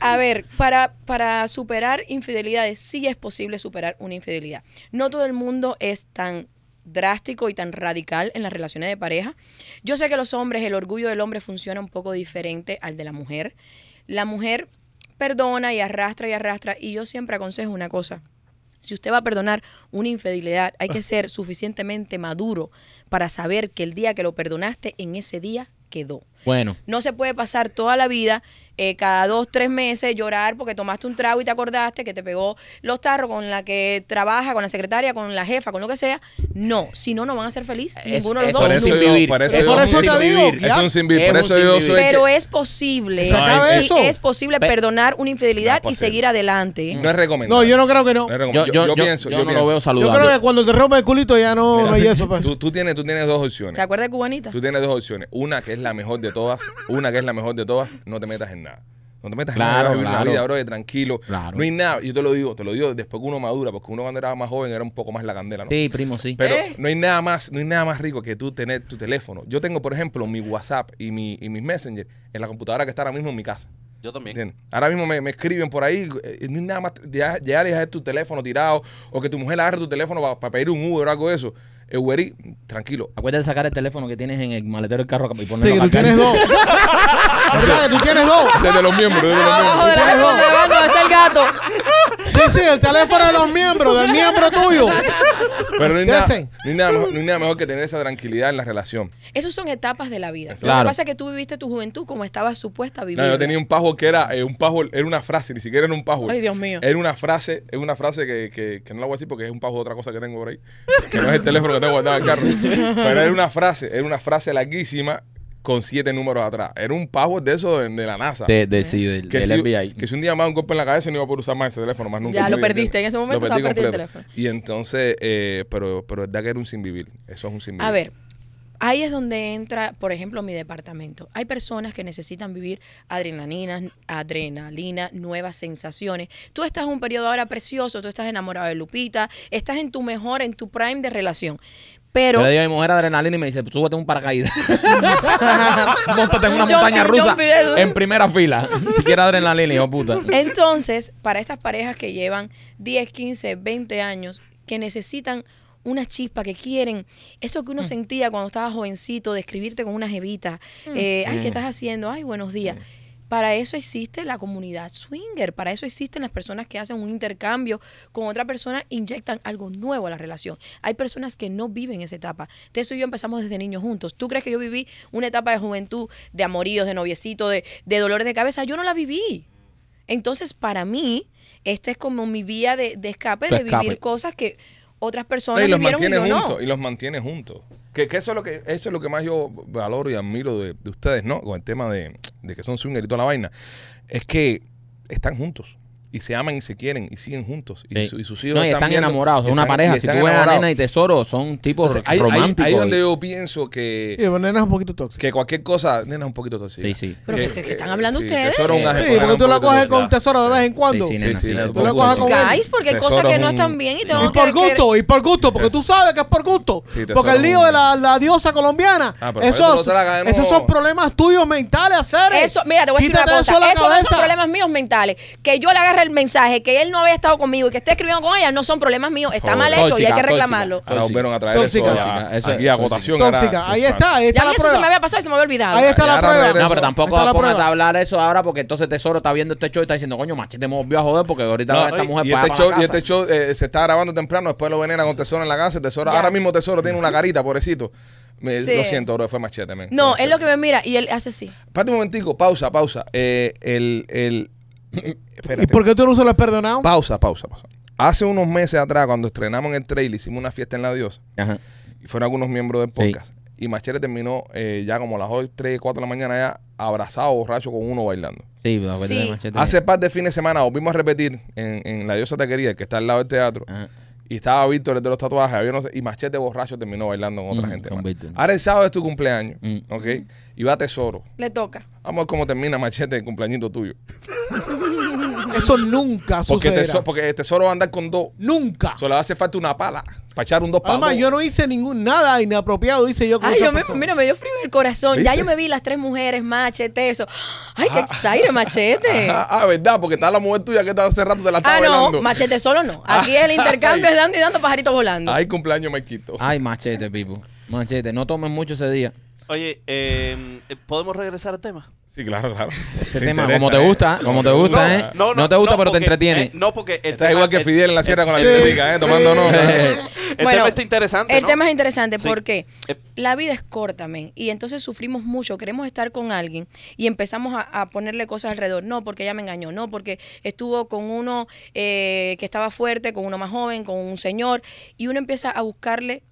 E: A ver, para, para superar infidelidades, sí es posible superar una infidelidad. No todo el mundo es tan drástico y tan radical en las relaciones de pareja. Yo sé que los hombres, el orgullo del hombre funciona un poco diferente al de la mujer. La mujer perdona y arrastra y arrastra. Y yo siempre aconsejo una cosa. Si usted va a perdonar una infidelidad, hay que ser suficientemente maduro para saber que el día que lo perdonaste, en ese día quedó.
B: Bueno,
E: No se puede pasar toda la vida, eh, cada dos, tres meses, llorar porque tomaste un trago y te acordaste que te pegó los tarros con la que trabaja, con la secretaria, con la jefa, con lo que sea. No, si no, no van a ser felices.
B: Es-
E: Ninguno de
B: es
E: los
A: Por
E: dos.
A: eso
B: sin
A: yo-
B: vivir.
A: por eso
B: Es
A: yo-
C: por eso te digo,
A: Es un sin vivir,
B: Es
A: por
B: un
A: eso
B: sin
A: yo
B: vivir.
A: soy.
E: Pero es posible.
A: Se acaba
E: sí,
C: eso.
E: es posible
B: Pe-
E: perdonar una infidelidad
A: No es
E: y seguir
A: posible.
E: adelante. ¿eh?
A: No es recomendable.
C: No, yo no creo que no.
A: No es recomendable.
B: yo, yo,
A: Yo, yo
B: yo-
A: pienso, yo
B: yo no lo veo
A: pienso.
C: Yo
B: saludable.
C: creo que cuando te rompe el culito ya no, no hay eso. pues.
A: Tú, tú tienes, tú tienes dos opciones.
E: ¿Te acuerdas, cubanita?
A: Tú tienes dos opciones. Una que es la mejor de todas. Una que es la mejor de todas. No te metas en nada. No te metas
B: Claro,
A: en nada. Vas a vivir
B: claro.
A: una vida, bro, de tranquilo.
B: Claro.
A: No hay nada. Yo te lo digo, te lo digo después que uno madura, porque uno cuando era más joven era un poco más la candela, ¿no?
B: Sí, primo, sí.
A: Pero no hay nada más, no hay nada más rico que tú tener tu teléfono. Yo tengo, por ejemplo, mi WhatsApp y mi, y mis Messenger en la computadora que está ahora mismo en mi casa.
D: Yo también.
A: ¿Entiendes? Ahora mismo me, me escriben por ahí, eh, no es nada más ya- llegar y dejar tu teléfono tirado o que tu mujer agarre tu teléfono para pedir un Uber o algo de eso. Eh, Uberi, tranquilo.
B: Acuérdate de sacar el teléfono que tienes en el maletero del carro y
C: Sí,
B: ponerlo
C: que tú
B: para
C: tienes dos. ¿Verdad que tú tienes dos?
A: Desde los miembros, desde los
E: Abajo
A: miembros.
E: de la mesa donde la banda, donde está el gato.
C: Sí, sí, el teléfono de los miembros, del miembro tuyo.
A: Pero no hay,
C: ¿Qué
A: nada,
C: hacen?
A: no hay nada mejor, no hay nada mejor que tener esa tranquilidad en la relación.
E: Esas son etapas de la vida. Lo
B: Claro.
E: que pasa es que tú viviste tu juventud como estabas supuesta a vivir.
A: No, yo tenía un pajo que era eh, un pajo, era una frase, ni siquiera era un pajo.
E: Ay, Dios mío.
A: Era una frase, es una frase que, que, que no la voy a decir porque es un pajo de otra cosa que tengo por ahí. Que no es el teléfono que tengo guardado en el carro. Pero era una frase, era una frase larguísima con siete números atrás. Era un pajo de eso de, de la NASA.
B: De, de, sí, del,
A: que
B: del
A: si,
B: FBI.
A: que si un día más un golpe en la cabeza no iba a poder usar más ese teléfono, más nunca.
E: Ya,
A: en
E: lo
A: mi vida,
E: perdiste, en
A: ¿entiendes?
E: ese momento
A: Lo
E: estaba
A: perdí
E: perdido el
A: completo. Y entonces, eh, pero, pero es verdad que era un sinvivir. Eso es un sinvivir.
E: A ver, ahí es donde entra, por ejemplo, mi departamento. Hay personas que necesitan vivir adrenalina, adrenalina, nuevas sensaciones. Tú estás en un periodo ahora precioso, tú estás enamorado de Lupita, estás en tu mejor, en tu prime de relación. Pero,
B: Yo le digo a mi mujer adrenalina y me dice, súbete un paracaídas. Móntate en una
E: Yo-
B: montaña
E: yo
B: rusa
E: pido-
B: en primera fila. Ni siquiera adrenalina, hijo puta.
E: entonces, para estas parejas que llevan 10, 15, 20 años, que necesitan una chispa, que quieren eso que uno sentía cuando estaba jovencito, de escribirte con una jevita, eh, ay, ¿qué estás haciendo? Ay, buenos días. Para eso existe la comunidad swinger, para eso existen las personas que hacen un intercambio con otra persona, inyectan algo nuevo a la relación. Hay personas que no viven esa etapa. Teso y yo empezamos desde niños juntos. ¿Tú crees que yo viví una etapa de juventud, de amoríos, de noviecito, de, de dolores de cabeza? Yo no la viví. Entonces, para mí, esta es como mi vía de, de escape,
B: Tu
E: de
B: escape.
E: vivir cosas que otras
A: No,
E: personas
A: y los
E: vivieron y
A: mantiene
E: yo no.
A: juntos, y los mantiene juntos. Que, que eso es lo que eso es lo que más yo valoro y admiro de, de ustedes, ¿no? Con el tema de, de que son swingers y toda la vaina. Es que están juntos. Y se aman y se quieren y siguen juntos. Y,
B: Sí.
A: su- y sus hijos
B: No, y están,
A: viendo-
B: enamorados.
A: y
B: Es una
A: están-
B: pareja.
A: y
B: Si
A: están
B: tú ves a
A: enamorados.
B: Nena y Tesoro, son tipos
A: Entonces, ahí, ahí-
B: románticos.
A: ahí es donde yo pienso que,
C: Y de manera es un poquito tóxica.
A: que cualquier cosa, nena, es un poquito tóxica.
B: Sí, sí.
E: Pero, ¿qué- qué están hablando
A: eh, sí,
E: ustedes?
A: tesoro es un
B: Sí,
A: ángel,
C: Sí,
A: pero nena
C: porque
A: es
C: tú
A: un
C: lo
A: poquito
C: coges
A: tóxica.
C: con tesoro de vez en cuando.
B: Sí, sí,
A: Sí,
B: nena,
A: sí,
B: sí,
A: nena,
B: la-
A: tú lo
C: coges
A: coges
C: con
A: con-
E: Guys, porque hay
A: Tesoro
E: cosas que
A: es
E: no
A: un-
E: están bien y tengo
C: Y
E: que
C: por gusto,
E: querer-
C: y por gusto, porque
A: Es-
C: tú sabes que es por gusto.
A: Sí, tesoro,
C: porque el lío de la, la diosa colombiana,
A: Ah, pero eso no
C: esos,
A: te la ganó.
C: esos son problemas tuyos mentales, hacer.
E: Eso, mira, te voy a decir una cosa.
C: Eso, de la
E: Esos no
C: cabeza.
E: son problemas míos mentales. Que yo le agarre el mensaje, que él no había estado conmigo y que esté escribiendo con ella, no son problemas míos. Está
A: Joder.
E: mal hecho y hay
B: Tóxica,
E: que reclamarlo.
B: tóxica.
A: Ahora volvieron a traer
C: Tóxica.
A: eso. a-
B: Tóxica, eso es
A: aquí a votación.
C: Tóxica,
A: ahora-
C: ahí está, ahí
E: Ya
C: está
E: a mí
C: la
E: eso se me
C: prueba.
E: había pasado y se me había olvidado.
C: Ahí está
A: Y
C: la
A: ahora
C: prueba.
A: regreso.
B: No, pero tampoco
C: Ahí está
B: va
C: la
B: a ponerte
C: prueba.
B: a hablar eso ahora porque entonces Tesoro está viendo este show y está diciendo, coño, machete me volvió a joder porque ahorita
A: No,
B: esta mujer
A: y
B: para
A: este
B: para
A: show,
B: la
A: y
B: casa".
A: este show, eh, se está grabando temprano, después lo venera con Tesoro en la casa. el Tesoro,
E: Ya.
A: ahora mismo Tesoro tiene una carita, pobrecito. Me-
E: Sí.
A: Lo siento, bro, fue machete, men.
E: No,
A: Fue
E: es lo
A: machete.
E: que me mira y él hace así.
A: Espérate un momentico, pausa, pausa. Eh, el, el, eh,
C: ¿Y
A: espérate.
C: por qué tú no se lo has perdonado?
A: Pausa, pausa, pausa. Hace unos meses atrás, cuando estrenamos en el trailer, hicimos una fiesta en La Diosa.
B: Ajá.
A: Y fueron algunos miembros del
B: Sí.
A: podcast. Y Machete terminó eh, ya como a las 3, 4 de la mañana ya abrazado, borracho, con uno bailando.
B: Sí, pero acuérdate
E: Sí.
B: de machete.
A: Hace par de fines de semana volvimos a repetir en, en La Diosa Taquería, que está al lado del teatro.
B: Ajá.
A: Y estaba Víctor el de los tatuajes, había no sé- y Machete borracho terminó bailando con otra
B: Mm,
A: gente.
B: con
A: más.
B: Víctor.
A: Ahora el sábado es tu cumpleaños,
B: Mm.
A: ¿ok? Y va a Tesoro.
E: Le toca.
A: Vamos a ver cómo termina Machete el cumpleañito tuyo.
C: Eso nunca
A: Porque,
C: sucederá.
A: Teso- porque Tesoro va a andar con dos.
C: Nunca.
A: Solo le hace falta una pala para echar un dos para
C: Además,
A: dos.
C: yo no hice ningún nada inapropiado, hice yo con
E: Ay,
C: esa
E: yo me,
C: persona.
E: mira, me dio frío el corazón. Ya
A: ¿Viste?
E: yo me vi las tres mujeres, machete, eso. Ay,
C: Ah.
E: qué excited, machete.
A: Ah, ah, verdad, porque está la mujer tuya que está hace rato te la está
E: Ah,
A: bailando.
E: no, machete solo no.
D: Ah,
E: Aquí el intercambio
A: Ay.
E: es dando y dando pajaritos volando.
A: Ay, cumpleaños, Marquito.
B: Ay, machete, Pipo. Machete, no tomen mucho ese día.
D: Oye, eh, ¿podemos regresar al tema?
A: Sí, claro, claro.
B: Ese tema, como
A: eh.
B: te gusta, como te gusta, ¿eh? No te gusta, pero te
D: porque-
B: entretiene.
D: eh, no, porque el
A: Está
D: tema-
A: igual que
D: el-
A: Fidel en la sierra con la
C: Sí,
A: libretica, ¿eh?
C: sí.
A: Tomándonos.
D: El,
E: Bueno,
D: este tema está interesante.
E: El
D: ¿no?
E: tema es interesante
D: Sí.
E: porque
D: Eh,
E: la vida es corta, men, y entonces sufrimos mucho, queremos estar con alguien y empezamos a, a ponerle cosas alrededor. No, porque ella me engañó, no, porque estuvo con uno eh, que estaba fuerte, con uno más joven, con un señor, y uno empieza a buscarle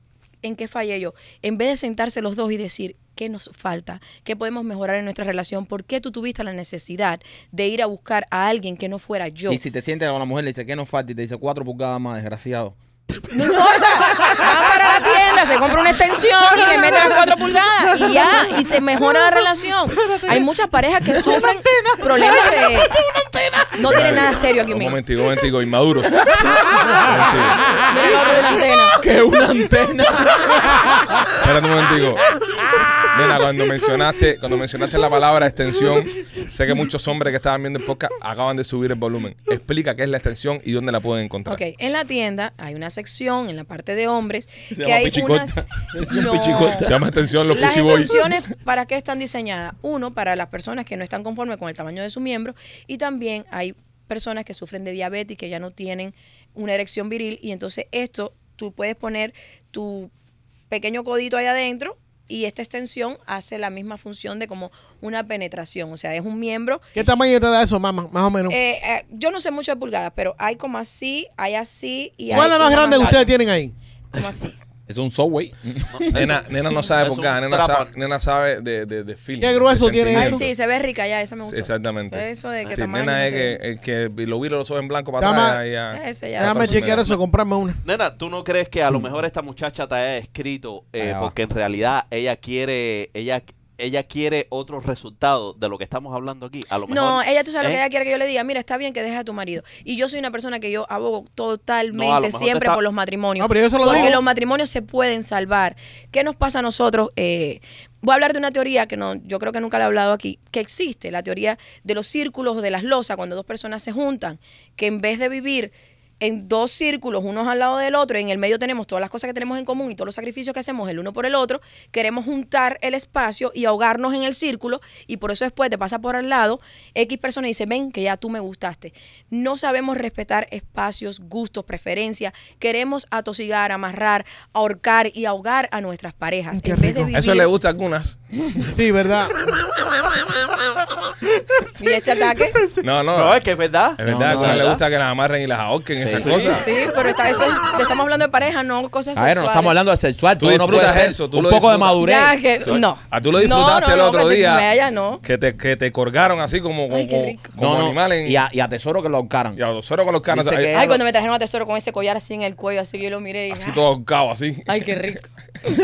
E: en qué fallé yo, en vez de sentarse los dos y decir qué nos falta, qué podemos mejorar en nuestra relación, por qué tú tuviste la necesidad de ir a buscar a alguien que no fuera yo.
B: Y si te sientes con la mujer, le dice que no falta y te dice cuatro pulgadas más, desgraciado.
E: No importa. Va para la tienda, se compra una extensión y le mete las cuatro pulgadas y ya, y se mejora la relación. Hay muchas parejas que sufren problemas de. No tiene nada serio aquí,
A: Un
E: mismo.
A: momentico, un momentico, inmaduros.
E: Mira el otro de la antena.
B: ¡Que una antena!
A: Espérate un momentico. Mira, cuando mencionaste, cuando mencionaste la palabra extensión, sé que muchos hombres que estaban viendo el podcast acaban de subir el volumen. Explica qué es la extensión y dónde la pueden encontrar.
E: Ok, en la tienda hay una sección en la parte de hombres que
A: llama
E: hay
A: pichicota.
E: unas.
B: Sección
E: No.
B: pichicota.
A: Se llama extensión los
E: Las
A: Pussy Boys.
E: extensiones, ¿para qué están diseñadas? Uno, para las personas que no están conformes con el tamaño de su miembro y también hay personas que sufren de diabetes, que ya no tienen una erección viril y entonces esto, tú puedes poner tu pequeño codito ahí adentro y esta extensión hace la misma función de como una penetración, o sea, es un miembro.
C: ¿Qué tamaño te da eso, mamá? Más o menos.
E: Eh, eh, yo no sé mucho de pulgadas, pero hay como así, hay así y hay...
C: ¿Cuál es la más
E: una
C: grande que
E: larga,
C: ustedes tienen ahí?
E: Como así.
B: Es un subway.
A: Nena, nena no sabe
D: es
A: por
D: un
A: qué, nena
D: strap-on.
A: sabe, nena sabe de, de, de feeling,
C: Qué grueso
A: de
C: tiene
E: Ay,
A: sentimiento.
C: eso.
E: sí, se ve rica ya, esa me gustó.
A: Exactamente.
E: Eso de que
A: Sí,
E: tamaño,
A: nena
E: no
A: es
E: sé.
A: que, es que lo vi los ojos en blanco para
C: Dama-
A: atrás. y ya-
E: Ese ya. pues,
C: Déjame
A: Entonces,
C: chequear
A: mira.
C: eso, comprarme una.
D: Nena, ¿tú no crees que a lo mejor esta muchacha te haya escrito eh,
B: Allá va.
D: porque en realidad ella quiere, ella, ella quiere otro resultado de lo que estamos hablando aquí? A lo mejor,
E: No, ella, tú sabes lo
D: ¿eh?
E: que ella quiere que yo le diga. Mira, está bien que dejes a tu marido. Y yo soy una persona que yo abogo
D: No, a
E: totalmente
D: lo mejor te
E: siempre
D: está-
E: por los matrimonios.
C: No, pero yo se lo
E: porque
C: digo.
E: los matrimonios se pueden salvar. ¿Qué nos pasa a nosotros? Eh, voy a hablar de una teoría que no, yo creo que nunca la he hablado aquí, que existe, la teoría de los círculos o de las losas, cuando dos personas se juntan, que en vez de vivir en dos círculos, unos al lado del otro, y en el medio tenemos todas las cosas que tenemos en común y todos los sacrificios que hacemos el uno por el otro, queremos juntar el espacio y ahogarnos en el círculo, y por eso después te pasa por al lado X persona y dice, ven, que ya tú me gustaste. No sabemos respetar espacios, gustos, preferencias, queremos atosigar, amarrar, ahorcar y ahogar a nuestras parejas.
C: Qué
E: en vez de
C: rico.
E: vivir
A: Eso le gusta a algunas.
C: Sí, ¿verdad?
E: Y este ataque.
A: No, no.
D: No, es
A: es,
D: que es verdad.
A: verdad,
B: No,
A: que a
B: no,
A: él le
D: ¿verdad?
A: gusta que las amarren y las ahorquen,
B: Sí,
A: esas
B: sí.
A: cosas.
E: Sí, pero está, eso es- te estamos hablando de pareja, no cosas
B: A ver, no
E: sexuales.
B: estamos hablando de sexual.
A: Tú
B: todo no puede
A: disfrutas
B: ser
A: eso, tú
B: un
A: lo
B: poco de
A: disfrutas.
B: madurez.
E: Ya, que,
A: Tú-
E: no.
A: Ah, tú lo disfrutaste
E: No, no,
A: el
E: no,
A: otro
E: que te-
A: día.
E: Maya, no.
A: Que te, que te colgaron así como, como,
E: Ay, qué rico.
A: como
B: No, no,
A: animal en-
B: Y, a, y a tesoro que lo ahorcaran.
A: y a los ceros con los canas.
B: Dice que-
A: Así
E: Ay, cuando me trajeron a Tesoro con ese collar así en el cuello, así que yo lo miré y dije,
A: todo ahorcado, así.
E: ay, qué rico.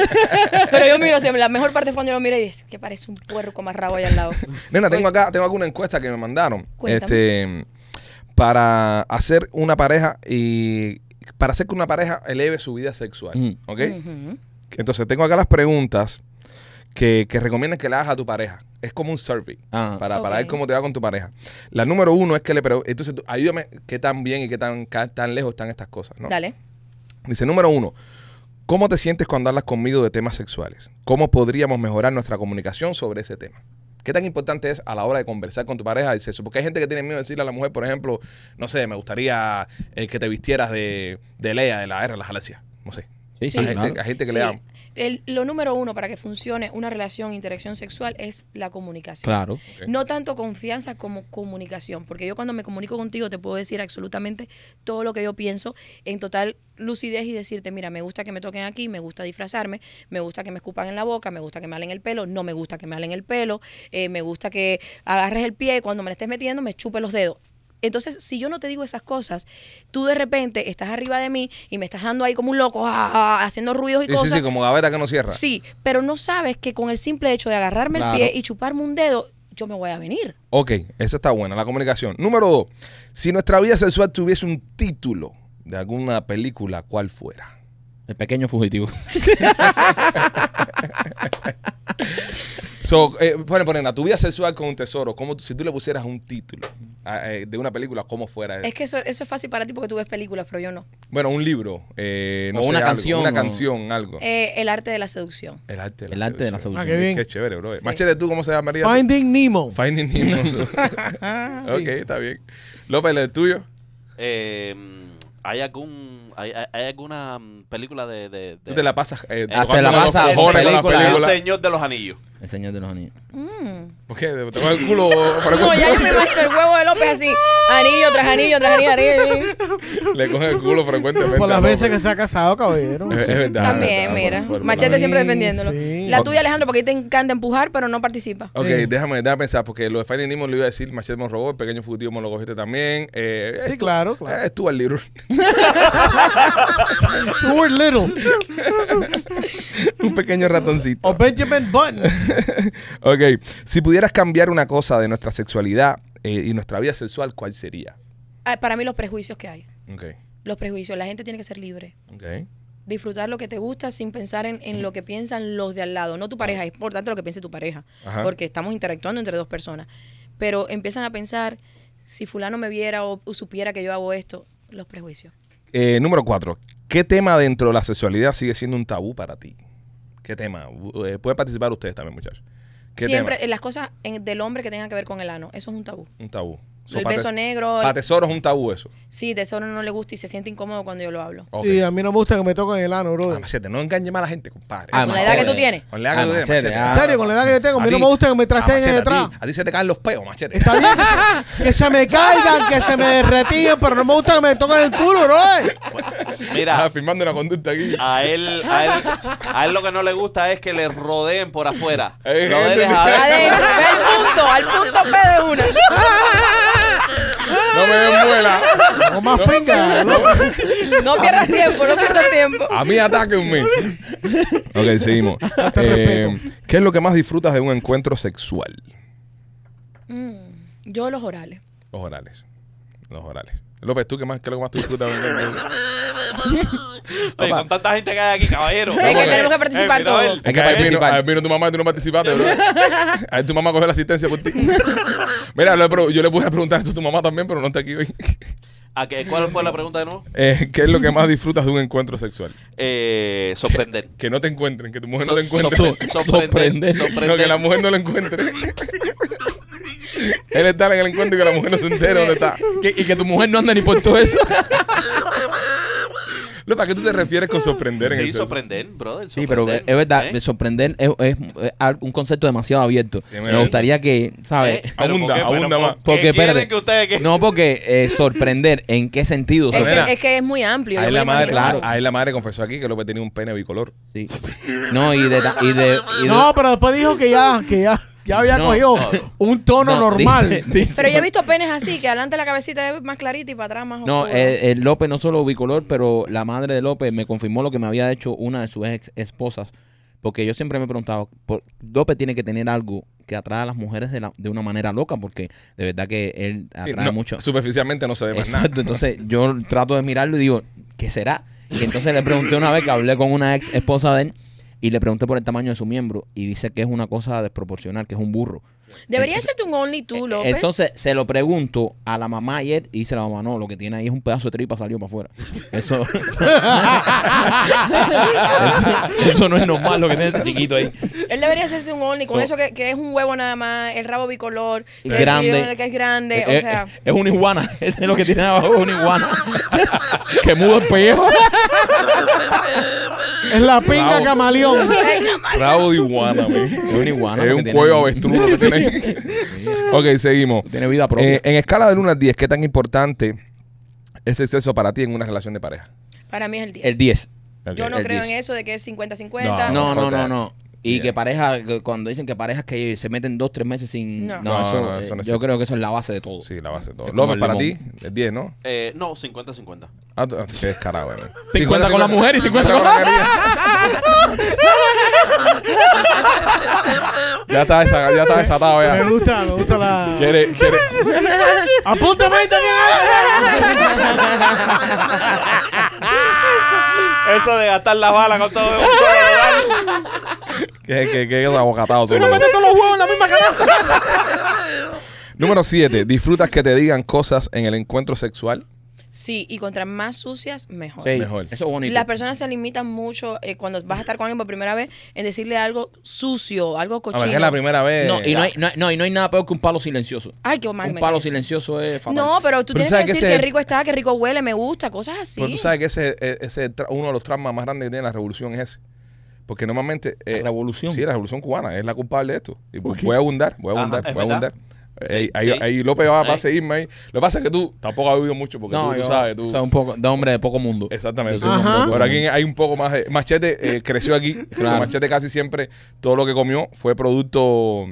E: Pero yo miro, siempre, la mejor parte fue cuando yo lo miré y dije, que parece un puerco amarrado ahí al lado.
A: Nena, tengo acá, tengo acá una encuesta que me mandaron.
E: Pues- Cuéntame.
A: Este, para hacer una pareja y para hacer que una pareja eleve su vida sexual.
B: Mm.
A: ¿Ok?
E: Ujú.
A: Entonces tengo acá las preguntas que, que recomiendan que le hagas a tu pareja. Es como un survey
B: Ah.
A: para, para
E: Ok.
A: ver cómo te va con tu pareja. La número uno es que le preguntes. Entonces, tú- ayúdame qué tan bien y qué tan, ca- tan lejos están estas cosas. ¿no?
E: Dale.
A: Dice, número uno, ¿cómo te sientes cuando hablas conmigo de temas sexuales? ¿Cómo podríamos mejorar nuestra comunicación sobre ese tema? ¿Qué tan importante es a la hora de conversar con tu pareja del sexo? Porque hay gente que tiene miedo de decirle a la mujer, por ejemplo, no sé, me gustaría eh, que te vistieras de, de Lea, de la R, de las Galaxias. No sé.
B: Sí, sí,
A: hay,
B: claro.
A: gente, hay gente que le
E: Sí.
A: da...
E: El- lo número uno para que funcione una relación, interacción sexual, es la comunicación.
B: Claro.
A: Ok.
E: No tanto confianza como comunicación, porque yo cuando me comunico contigo te puedo decir absolutamente todo lo que yo pienso en total lucidez y decirte, mira, me gusta que me toquen aquí, me gusta disfrazarme, me gusta que me escupan en la boca, me gusta que me halen el pelo, no me gusta que me halen el pelo, eh, me gusta que agarres el pie y cuando me la estés metiendo me chupe los dedos. Entonces, si yo no te digo esas cosas, tú de repente estás arriba de mí y me estás dando ahí como un loco, ah, ah, ah, haciendo ruidos y
A: Sí, sí,
E: cosas.
A: sí, como gaveta que no cierra.
E: Sí, pero no sabes que con el simple hecho de agarrarme
B: Claro.
E: el pie y chuparme un dedo, yo me voy a venir.
A: Ok, esa está buena, la comunicación. Número dos, si nuestra vida sexual tuviese un título de alguna película, ¿cuál fuera?
B: El pequeño fugitivo.
A: So, eh, ponen, ponen, a tu vida sexual con un tesoro, ¿cómo, tú- si tú le pusieras un título a, eh, de una película, ¿cómo fuera?
E: Es que eso, eso es fácil para ti porque tú ves películas, pero yo no.
A: Bueno, un libro, eh, no
B: O
A: sé,
B: una
A: algo,
B: canción,
A: una
B: o-
A: canción, algo.
E: Eh, el arte de la seducción.
A: el arte de la
B: El arte de la
A: seducción.
B: solución.
C: Ah, qué bien.
A: Qué chévere, bro.
E: Sí.
A: Machete, ¿tú cómo se llama, María?
C: Finding Nemo.
A: Finding Nemo. ok, está bien. López, ¿el tuyo?
D: Eh, ¿hay, algún, hay, hay- hay alguna mm, película de... de,
A: Tú
D: de-
A: te la pasas... Eh,
B: Ah,
A: tocándole
B: se la
A: los
B: pasa
A: cojones con las
B: película.
D: El
A: películas.
D: Señor de los Anillos.
B: El señor de los anillos.
E: Mm.
A: ¿Por qué? ¿Te va el culo? para el
E: No, ya yo
A: culo?
E: me imagino el huevo de López así, anillo tras anillo tras anillo. anillo, anillo.
A: Le coge el culo frecuentemente.
C: Por
A: a
C: las
A: López.
C: veces que se ha casado, caballero.
A: Es, es verdad.
E: También,
A: es verdad,
E: mira.
A: por- por-
E: Machete
A: por-
E: siempre
C: Sí,
E: defendiéndolo.
C: sí.
E: La tuya, Alejandro, porque a ti te encanta empujar, pero no participa.
A: Ok,
C: Sí.
A: déjame, déjame pensar, porque lo de Finding Nemo lo iba a decir, Machete me lo robó, el pequeño fugitivo me lo cogiste también. Eh,
C: Sí,
A: estu-
C: claro, claro.
A: eh, estuvo al libro.
C: Stuart Little
A: Un pequeño ratoncito.
C: o Benjamin Button.
A: Ok, si pudieras cambiar una cosa de nuestra sexualidad eh, y nuestra vida sexual, ¿cuál sería?
E: Ah, Para mí los prejuicios que hay.
A: Ok,
E: Los prejuicios. La gente tiene que ser libre.
A: ok.
E: disfrutar lo que te gusta sin pensar en, en lo que piensan los de al lado, no tu pareja, es importante lo que piense tu pareja,
A: Ajá.
E: porque estamos interactuando entre dos personas, pero empiezan a pensar, si fulano me viera o, o supiera que yo hago esto, los prejuicios.
A: Eh, número cuatro, ¿qué tema dentro de la sexualidad sigue siendo un tabú para ti? ¿Qué tema? Bu- eh, pueden participar ustedes también, muchachos. ¿Qué
E: Siempre
A: tema?
E: eh, las cosas en- del hombre que tengan que ver con el ano, eso es un tabú.
A: Un tabú.
E: el
A: para
E: beso
A: tes-
E: negro,
A: para tesoros es un tabú eso.
E: sí, tesoro no le gusta y se siente incómodo cuando yo lo hablo.
A: Ok.
C: Sí, a mí no me gusta que me toquen el ano,
A: Ah,
C: bro.
A: machete, no engañe más a la gente, compadre.
B: Ah,
E: Con la edad que tú tienes.
A: Con la edad que
B: Ah,
A: tú tienes,
B: machete,
A: machete.
B: ah.
C: En serio, con la edad que yo tengo, a mí no
A: ti.
C: me gusta que me trasteen
A: Ah, machete,
C: detrás.
A: A ti, a ti se te caen los peos, machete.
C: Está bien que- que se me caigan, que se me derretían, pero no me gusta que me toquen el culo, bro.
A: Ah,
D: Mira,
A: firmando una conducta aquí.
E: Ah.
D: a él, a, él, a él lo que no le gusta es que le rodeen por afuera. Lo
A: Hay gente-
D: dejas adentro.
E: Adentro, ve al punto, al punto P de una.
A: No me den muela.
C: No más pinga. ¿no?
E: No pierdas tiempo, no pierdas tiempo.
A: A mí atáquenme. ok, seguimos.
C: Te
A: Eh, ¿Qué es lo que más disfrutas de un encuentro sexual?
E: Mm, yo los orales.
A: Los orales. Los orales. López, ¿tú qué, más, qué es lo que más tú disfrutas de un encuentro?
D: Oye,
A: Papá.
D: con tanta gente que hay aquí, caballero.
E: Es
A: que
E: tenemos que participar
D: Eh, mira,
E: todos.
D: él.
B: Hay que
A: Ahí vino,
B: participar.
A: ahí vino tu mamá y tú no participaste, bro. Ahí tu mamá cogió la asistencia por ti. Mira, lo- pero yo le pude preguntar esto a tu mamá también, pero no está aquí hoy.
D: ¿A qué- ¿Cuál fue la pregunta de nuevo?
A: Eh, ¿Qué es lo que más disfrutas de un encuentro sexual?
D: Eh, sorprender.
A: Que no te encuentren, que tu mujer no
D: So-
A: te encuentre.
D: sorpre-
B: Sorprender.
D: sorprender.
A: No, que la
D: Sorprender.
A: mujer no lo encuentre. Él está en el encuentro y que la mujer no se entere dónde está.
B: y que tu mujer no anda ni por todo eso.
A: Lupa, ¿a qué tú te refieres con sorprender en
D: Sí,
A: el sexo?
D: sorprender, brother.
B: Sí, pero es
D: sorprender,
B: verdad,
D: ¿eh?
B: sorprender es, es- es un concepto demasiado abierto.
A: Sí,
B: me
A: mira.
B: gustaría que, ¿sabes?
D: ¿Eh? Pero,
A: Abunda,
D: ¿por qué? Pero,
A: abunda
D: ¿por
A: más.
D: qué
B: Porque,
D: quieren
B: espérate.
D: que ustedes que-
B: No, porque eh, sorprender, ¿en qué sentido?
E: Es
A: Nena.
E: que, es que es muy amplio.
A: Ahí
E: yo me
A: la,
E: lo
A: madre,
E: imagino.
A: a- ahí la madre confesó aquí que López tenía un pene bicolor.
B: Sí. No, y de... ta- y de- y de-
C: No, pero después dijo que ya, que ya, ya había
B: No,
C: cogido
B: no.
C: un tono
B: no,
C: normal.
B: dice- dice-
E: Pero yo he visto penes así, que adelante la cabecita es más clarita y para atrás más
B: No,
E: oscura.
B: eh, eh, López no solo bicolor, pero la madre de López me confirmó lo que me había hecho una de sus ex esposas. Porque yo siempre me he preguntado, por- López tiene que tener algo que atrae a las mujeres de, la- de una manera loca, porque de verdad que él
A: Eh,
B: atrae
A: no,
B: mucho.
A: Superficialmente no se ve más nada.
B: Exacto, entonces yo trato de mirarlo y digo, ¿qué será? Y entonces le pregunté una vez que hablé con una ex esposa de él y le pregunté por el tamaño de su miembro y dice que es una cosa desproporcional, que es un burro.
E: Debería hacerte un only tú,
B: Eh,
E: López.
B: Entonces se lo pregunto a la mamá ayer y dice la mamá, no, lo que tiene ahí es un pedazo de tripa salió para afuera. Eso, eso, eso no es normal lo que tiene ese chiquito ahí.
E: Él debería hacerse un only con
B: So-
E: eso que, que es un huevo nada más, el rabo bicolor, que es
B: Grande.
E: que es grande,
B: Eh,
E: o sea...
B: eh, es una iguana, es lo que tiene abajo, es una iguana. que muda el pellejo.
C: Es la pinga
A: Bravo.
C: camaleón.
A: Bravo de iguana, man.
B: Es una iguana.
A: Es
B: lo
A: un
B: que tiene
A: cuello
B: ahí.
A: avestruz lo que tiene ahí. Ok, seguimos.
B: Tiene vida propia.
A: Eh, en escala de 1 al 10, ¿qué tan importante es el sexo para ti en una relación de pareja?
E: Para mí es el 10.
B: el 10.
E: Yo no
B: el
E: creo
B: 10.
E: en eso de que es
A: No,
E: 50-50.
B: No,
A: fuck that.
B: no, no, no. Y
A: Yeah.
B: que pareja, que cuando dicen que parejas que se meten dos, tres meses sin...
E: No.
B: No,
A: No,
B: eso,
A: no,
B: eh,
A: eso no
B: yo
A: existe.
B: creo que eso es la base de todo.
A: Sí, la base de todo.
B: Es como
A: López,
B: el
A: para ti,
B: limón.
A: el 10, ¿no?
D: Eh, no, 50-50.
A: Ah, tú- ah, tú- qué descarado, eh.
B: 50 con la mujer y 50 con
A: la cariño. Ya está, desa- ya está desatado
C: Me
A: ya.
C: gusta, me gusta la.
A: Quiere, quiere.
C: ¡Apúntame ahí
D: Eso de gastar las balas con todo.
A: Que, que, que es abocatado. solo.
B: todos los huevos en la misma canasta!
A: Número 7. ¿Disfrutas que te digan cosas en el encuentro sexual?
E: Sí, y contra más sucias, mejor.
A: Mejor.
B: Mejor. Eso es bonito.
E: Las personas se limitan mucho eh, cuando vas a estar con alguien por primera vez en decirle algo sucio, algo
A: A
E: cochino.
A: ver, que es la primera vez.
B: No, Eh, y no hay, no, hay- no, y no hay nada peor que un palo silencioso.
E: Ay, qué mal
B: un
E: me
B: palo
E: caes.
B: silencioso es fatal.
E: No, pero tú
A: Pero
E: tienes
A: ¿sabes
E: que
A: que
E: decir
A: ese-
E: qué rico está, qué rico huele, me gusta, cosas así.
A: Pero tú sabes que ese e, ese es el tra- uno de los traumas más grandes que tiene la revolución es ese. Porque normalmente... eh,
B: La revolución.
A: Sí, la revolución cubana es la culpable de esto. Y voy a abundar, voy a
D: Ajá,
A: abundar,
D: es
A: voy a
D: verdad.
A: abundar. Ahí,
D: Sí,
A: ahí-
D: sí.
A: ahí López va, va a
D: Ahí.
A: seguirme ahí. Lo que pasa es que tú tampoco has vivido mucho porque
B: No,
A: tú, tú
B: yo-
A: sabes, tú...
B: soy un poco, de hombre de poco mundo.
A: Exactamente.
B: Yo soy un
C: Ajá.
B: hombre de poco
A: Pero aquí
B: mundo.
A: hay un poco más de... Machete eh, creció aquí. Incluso
B: Claro.
A: Machete casi siempre todo lo que comió fue producto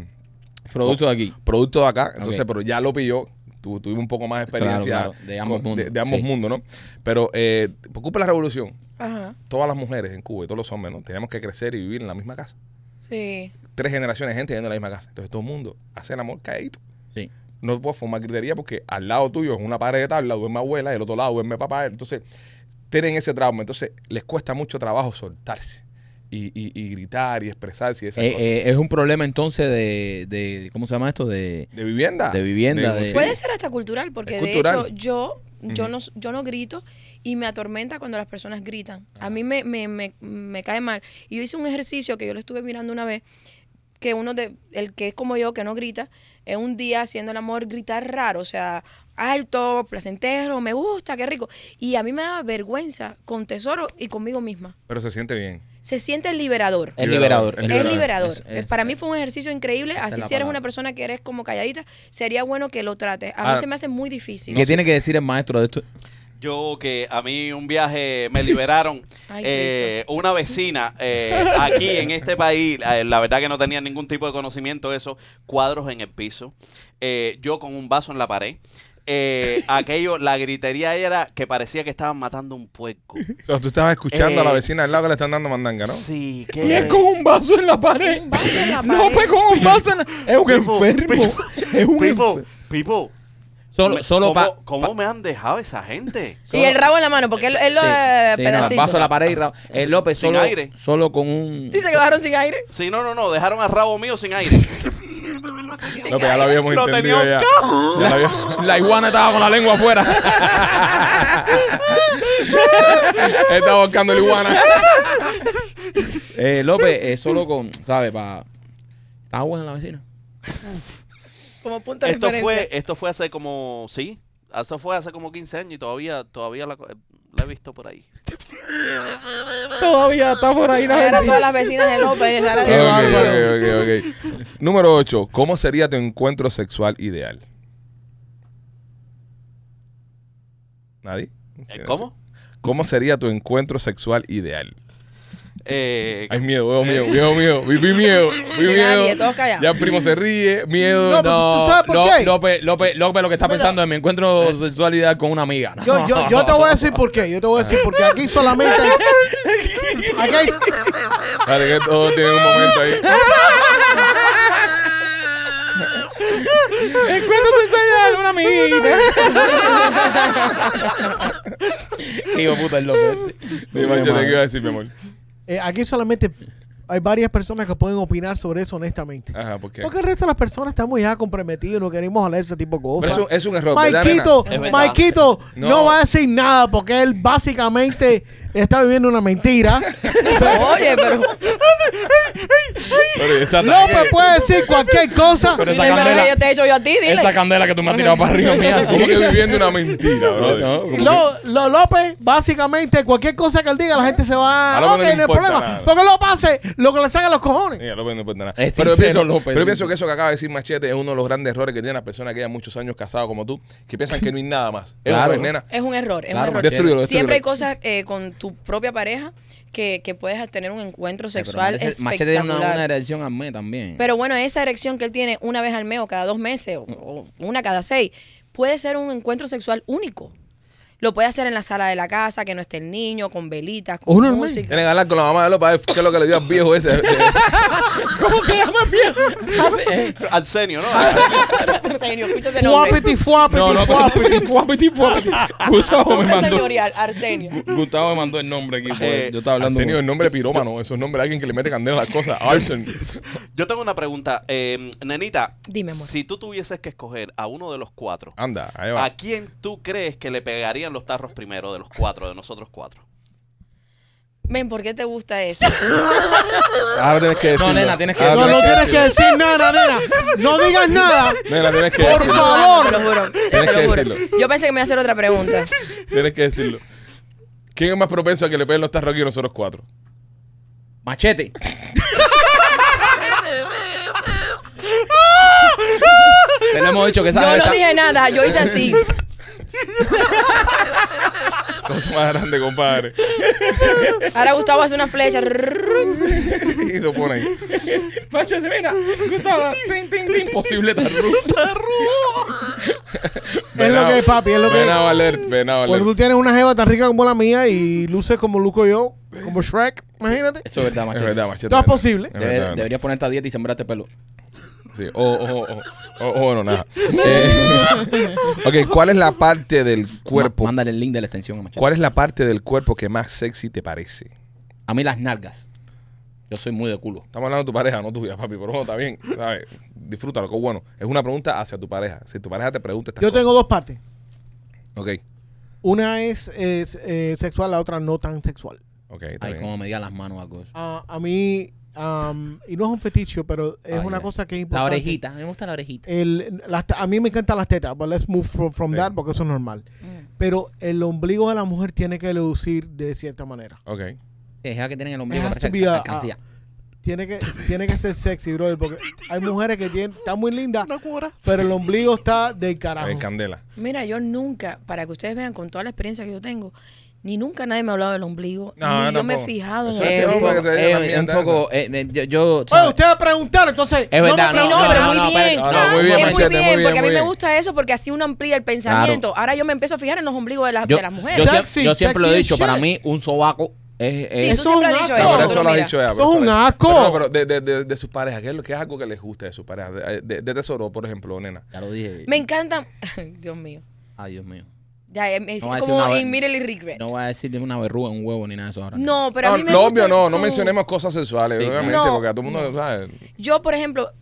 B: Producto de aquí.
A: producto de acá. Entonces,
B: Ok.
A: pero ya López y yo tu- tuvimos un poco más de experiencia
B: Claro, claro, de ambos mundos,
A: de, de ambos
B: sí.
A: mundos, ¿no? Pero eh, por culpa de la revolución,
E: Ajá,
A: todas las mujeres en Cuba y todos los hombres, ¿no? Teníamos que crecer y vivir en la misma casa.
E: sí.
A: Tres generaciones de gente viviendo en la misma casa. Entonces todo el mundo hace el amor caído.
B: Sí.
A: No puedo formar gritería porque al lado tuyo es una pared de tabla, duerme abuela, y al otro lado duerme papá. Entonces, tienen ese trauma. Entonces, les cuesta mucho trabajo soltarse y, y- y gritar y expresarse y esas
B: Eh,
A: cosas.
B: eh, es un problema entonces de, de... ¿Cómo se llama esto? De...
A: de vivienda.
B: de vivienda, de-
A: sí.
E: Puede ser hasta cultural, porque
A: Es
E: de
A: cultural.
E: hecho yo, yo,
A: Ujú.
E: no, yo no grito y me atormenta cuando las personas gritan. A mí me, me, me, me cae mal. Y yo hice un ejercicio que yo lo estuve mirando una vez, que uno de, el que es como yo, que no grita, es un día haciendo el amor gritar raro, o sea, alto, placentero, me gusta, qué rico. Y a mí me daba vergüenza con Tesoro y conmigo misma.
A: Pero se siente bien.
E: Se siente liberador.
B: Es
A: Liberador,
B: liberador.
A: es liberador.
E: Es liberador.
B: Es- es-
E: Para mí fue un ejercicio increíble.
B: es
E: Así
B: la
E: si eres
B: palabra.
E: una persona que eres como calladita, sería bueno que lo trates. A mí
A: Ah,
E: se me hace muy difícil.
B: ¿Qué tiene que decir el maestro de esto?
D: Yo que a mí un viaje me liberaron.
E: Ay,
D: eh, una vecina eh, aquí en este país, eh, la verdad que no tenía ningún tipo de conocimiento de eso, cuadros en el piso, eh, yo con un vaso en la pared. eh, aquello, la gritería era que parecía que estaban matando un puerco.
A: Pero tú estabas escuchando a la
D: Eh,
A: vecina del lado que le están dando mandanga, ¿no?
D: Sí,
B: Y es
D: que...
B: con un vaso en la pared.
E: vaso en la
B: No,
E: pared.
B: pues con un vaso en la... Es un
D: Pipo,
B: enfermo.
D: Pipo,
B: Es un
D: Pipo,
B: enfer-
D: Pipo,
B: Solo,
D: me-
B: solo pa-
D: ¿cómo, cómo me han dejado esa gente?
E: Y el rabo en la mano, porque él, él lo
B: Sí,
E: eh,
B: sí, no,
E: pedacito.
B: vaso a la pared y rabo. Eh, López
D: Sin
B: solo,
D: aire.
B: solo con un.
E: Dice que lo bajaron sin aire.
D: Sí, no, no, no, dejaron a rabo mío sin aire.
A: No, pero ya lo habíamos
D: Lo
A: entendido ya.
D: tenía
A: Ya lo habíamos-
B: La iguana estaba con la lengua afuera.
A: Estaba buscando la iguana.
B: Eh, López, eh, solo con, ¿sabes? Pa... ¿Estás buena la vecina?
E: Como punto de
D: Esto
E: referencia.
D: fue, esto fue hace como, sí, eso fue hace como 15 años y todavía, todavía la, co- La he visto por ahí.
B: Todavía está por ahí la
E: Era todas las vecinas de López. Sara
A: Ok,
E: de Bárbaro.
A: ok, ok, ok. Número 8. ¿Cómo sería tu encuentro sexual ideal? ¿Nadie?
D: Eh, ¿Cómo?
A: ¿Cómo sería tu encuentro sexual ideal?
D: Eh,
A: Hay miedo, veo miedo, veo miedo. Vi, vi miedo, vi
E: Nadie,
A: miedo.
E: todos callados.
A: Ya el primo se ríe, miedo.
C: No, pero tú sabes por qué.
F: López, López, López lo que está pensando es mi encuentro sexualidad con una amiga. No.
C: Yo, yo, yo te voy a decir por qué. Yo te voy a decir por qué. Aquí solamente hay. Aquí hay.
A: Dale, que todo tiene un momento ahí.
F: encuentro sexualidad con una amiguita. Hijo de puta el López. este.
A: Dime, Machete, ¿qué iba a decir, mi amor?
C: eh, aquí solamente hay varias personas que pueden opinar sobre eso honestamente.
B: Ah,
A: Ajá, ¿por qué?
C: Porque el resto de las personas estamos ya comprometidos, no queremos hablar de ese tipo de
A: Pero
C: cosas.
A: es un, es un error, ¿verdad, nena?
C: Maikito,
D: Es verdad.
C: Maikito no.
A: No.
C: va a decir nada porque él básicamente está viviendo una mentira.
E: Oye, pero.
A: Pero esa
C: López puede decir cualquier cosa.
F: Pero esa
E: Dime lo
F: candela-
E: que yo te he hecho yo a ti, dile.
F: Esa candela que tú me has tirado para arriba mía. así.
A: ¿Cómo que viviendo una mentira, bro?
F: No, no.
C: Lo, lo- López, básicamente, cualquier cosa que él diga, la gente se va
A: A López
C: "Ok,
A: no le
C: no hay
A: importa
C: problema.
A: nada.
C: Porque López hace lo que le saca los cojones.
A: Mira, López no importa nada.
F: Es
A: pero,
F: sincero,
A: yo pienso,
F: López.
A: pero yo pienso que eso que acaba de decir Machete es uno de los grandes errores que tienen las personas que llevan muchos años casados como tú, que piensan que no hay nada más. Es
F: Claro.
A: una nena.
E: Es un error, es
F: Claro,
E: un error.
A: Destruyelo, destruyelo.
E: Siempre hay cosas eh, con tu propia pareja que, que puedes tener un encuentro sexual
F: Pero Machete- Machete tiene una,
E: espectacular.
F: una erección a mí también.
E: Pero bueno, esa erección que él tiene una vez al mes o cada dos meses o, o una cada seis puede ser un encuentro sexual único. Lo puede hacer en la sala de la casa, que no esté el niño, con velitas, con
C: Uno al mes.
E: música.
A: Tienen que hablar con la mamá de López a ver qué es lo que le dio al viejo ese.
F: ¿Cómo se llama bien?
D: Arsenio, ¿no?
E: Arsenio, escúchate el nombre.
C: Fuapiti, fuapiti,
F: No, no,
C: fuapiti.
F: pero fuapiti, fuapiti. Gustavo me
E: Nombre
F: mandó.
E: señorial, Arsenio.
F: Gustavo me mandó el nombre aquí. porque
D: Eh,
F: yo estaba hablando.
A: Arsenio,
F: con-
A: el nombre de pirómano. Eso es nombre de alguien que le mete candela a las cosas. Arsen.
D: Yo tengo una pregunta. Eh, nenita,
E: Dime, amor.
D: si tú tuvieses que escoger a uno de los cuatro,
A: Anda, Ah, ahí va.
D: ¿a quién tú crees que le pegarían los tarros primero de los cuatro, de nosotros cuatro?
E: Men, ¿por qué te gusta eso?
A: Ahora tienes que decirlo.
F: Ah, nena, tienes que
A: Ahora
C: No, no tienes que
A: decirlo.
C: decir nada, nena. No digas nada.
A: Nena, tienes que
C: Por
E: Te lo
A: decirlo.
E: juro,
C: favor.
E: Te lo juro.
A: Tienes
E: Te
A: que
E: lo juro.
A: decirlo.
E: Yo pensé que me iba a hacer otra pregunta.
A: Tienes que decirlo. ¿Quién es más propenso a que le peguen los tarros aquí que nosotros cuatro?
F: Machete. Te lo hemos dicho que esa
E: Yo
F: vez
E: no
F: está-
E: dije nada, yo hice así.
A: Cosa más grande, compadre.
E: Ahora Gustavo hace una flecha. Rrrr.
A: y lo pone ahí.
F: Machete, mira. Gustavo, tin, tin, tin. Imposible tarru.
C: Es lo que es, papi, es lo que es.
A: Venado alert, venado
C: Cuando tú
A: alert.
C: tienes una jeva tan rica como la mía y luces como Luco yo, como Shrek, imagínate.
F: Eso es verdad,
A: Es
F: Machete.
A: verdad, machete.
C: No es
A: verdad.
C: posible.
A: Es
F: Debe-
A: verdad, verdad.
F: deberías ponerte a dieta y sembrarte pelo.
A: Sí, o, o, o, o, o- o no, nada. Eh, ok, ¿cuál es la parte del
F: Ma-
A: cuerpo?
F: Mándale el link de la extensión a Machete.
A: ¿Cuál es la parte del cuerpo que más sexy te parece?
F: A mí las nalgas. Yo soy muy de culo.
A: Estamos hablando de tu pareja, no tuya, papi, pero no, está bien. ¿sabes? Disfrútalo, qué bueno. Es una pregunta hacia tu pareja. Si tu pareja te pregunta estas
C: Yo tengo dos partes.
A: cosas.
C: Una es, es, eh, sexual, la otra no tan sexual.
A: Ok, ok, está
F: Ay,
A: bien.
F: como me digan las manos algo. eso.
C: A, a mí, am, y no es un fetiche, pero es
F: Ay,
C: una
F: ay.
C: cosa que es
F: Ah, La
C: importante.
F: orejita. Me gusta la orejita.
C: El- las te- a mí me encantan las tetas, but let's move from, from
A: Sí.
C: that porque eso es normal. Pero el ombligo de la mujer tiene que lucir de cierta manera.
A: Ok.
F: Sí, Es la que tienen el ombligo.
C: Has
F: parece
C: subido a-
F: alcancía.
C: Tiene que, tiene que ser sexy, brother, porque hay mujeres que tienen, están muy lindas, pero el ombligo está del carajo.
A: En eh, candela.
E: Mira, yo nunca, para que ustedes vean con toda la experiencia que yo tengo, ni nunca nadie me ha hablado del ombligo.
A: No,
E: ni
A: yo
E: yo me he
A: tampoco.
E: fijado en
A: Eso
E: el
A: es
F: Eh,
A: Este
F: un
A: hombre que
F: poco,
A: se ve la
F: eh, un
A: mierda
F: poco, eh, eh, yo, yo,
C: Oye,
F: ¿sabes?
C: ustedes preguntaron, entonces.
F: Es verdad,
C: me
E: Sí, no,
F: no,
E: pero
F: no,
E: muy
F: no,
E: bien.
A: pero- no, no, muy bien,
E: es
A: Machete,
E: muy bien,
A: muy bien,
E: porque a mí
A: muy
E: me
A: bien.
E: gusta eso, porque así uno amplía el pensamiento. Ahora yo me empiezo a fijar en los ombligos de las,
F: Yo-
E: de las
F: yo
E: mujeres.
C: Sexy,
F: siempre, yo siempre lo he
C: sexy
F: dicho,
C: as
F: para
C: shit.
F: mí un sobaco es...
E: sí,
F: es-
E: tú siempre has
C: un
E: dicho
C: acto.
A: No,
E: eso. tú
A: pero
E: lo
A: eso lo has
E: miras.
A: dicho ella.
C: Eso
A: pero
C: es
A: eso
C: un
A: lo ha dicho.
C: asco.
A: Pero No, pero de, de, de, de sus parejas, ¿qué es lo que es algo que les gusta de sus parejas? De, de, de tesoro, por ejemplo, nena.
F: Ya lo dije.
E: Me encantan. Dios mío.
F: Ay, Dios mío.
E: Ya, eh, me-
F: No voy a decir
E: como
F: una-
E: in Middle Regret.
F: No voy a decirle una verruga, un huevo, ni nada de eso ahora.
E: No, pero a
A: No,
E: mí me
A: lo
E: gusta
A: obvio no, no
E: son-
A: mencionemos cosas sexuales,
F: Sí, claro.
A: obviamente,
E: No,
A: porque a todo el mundo, ¿sabes?
E: Yo, por ejemplo,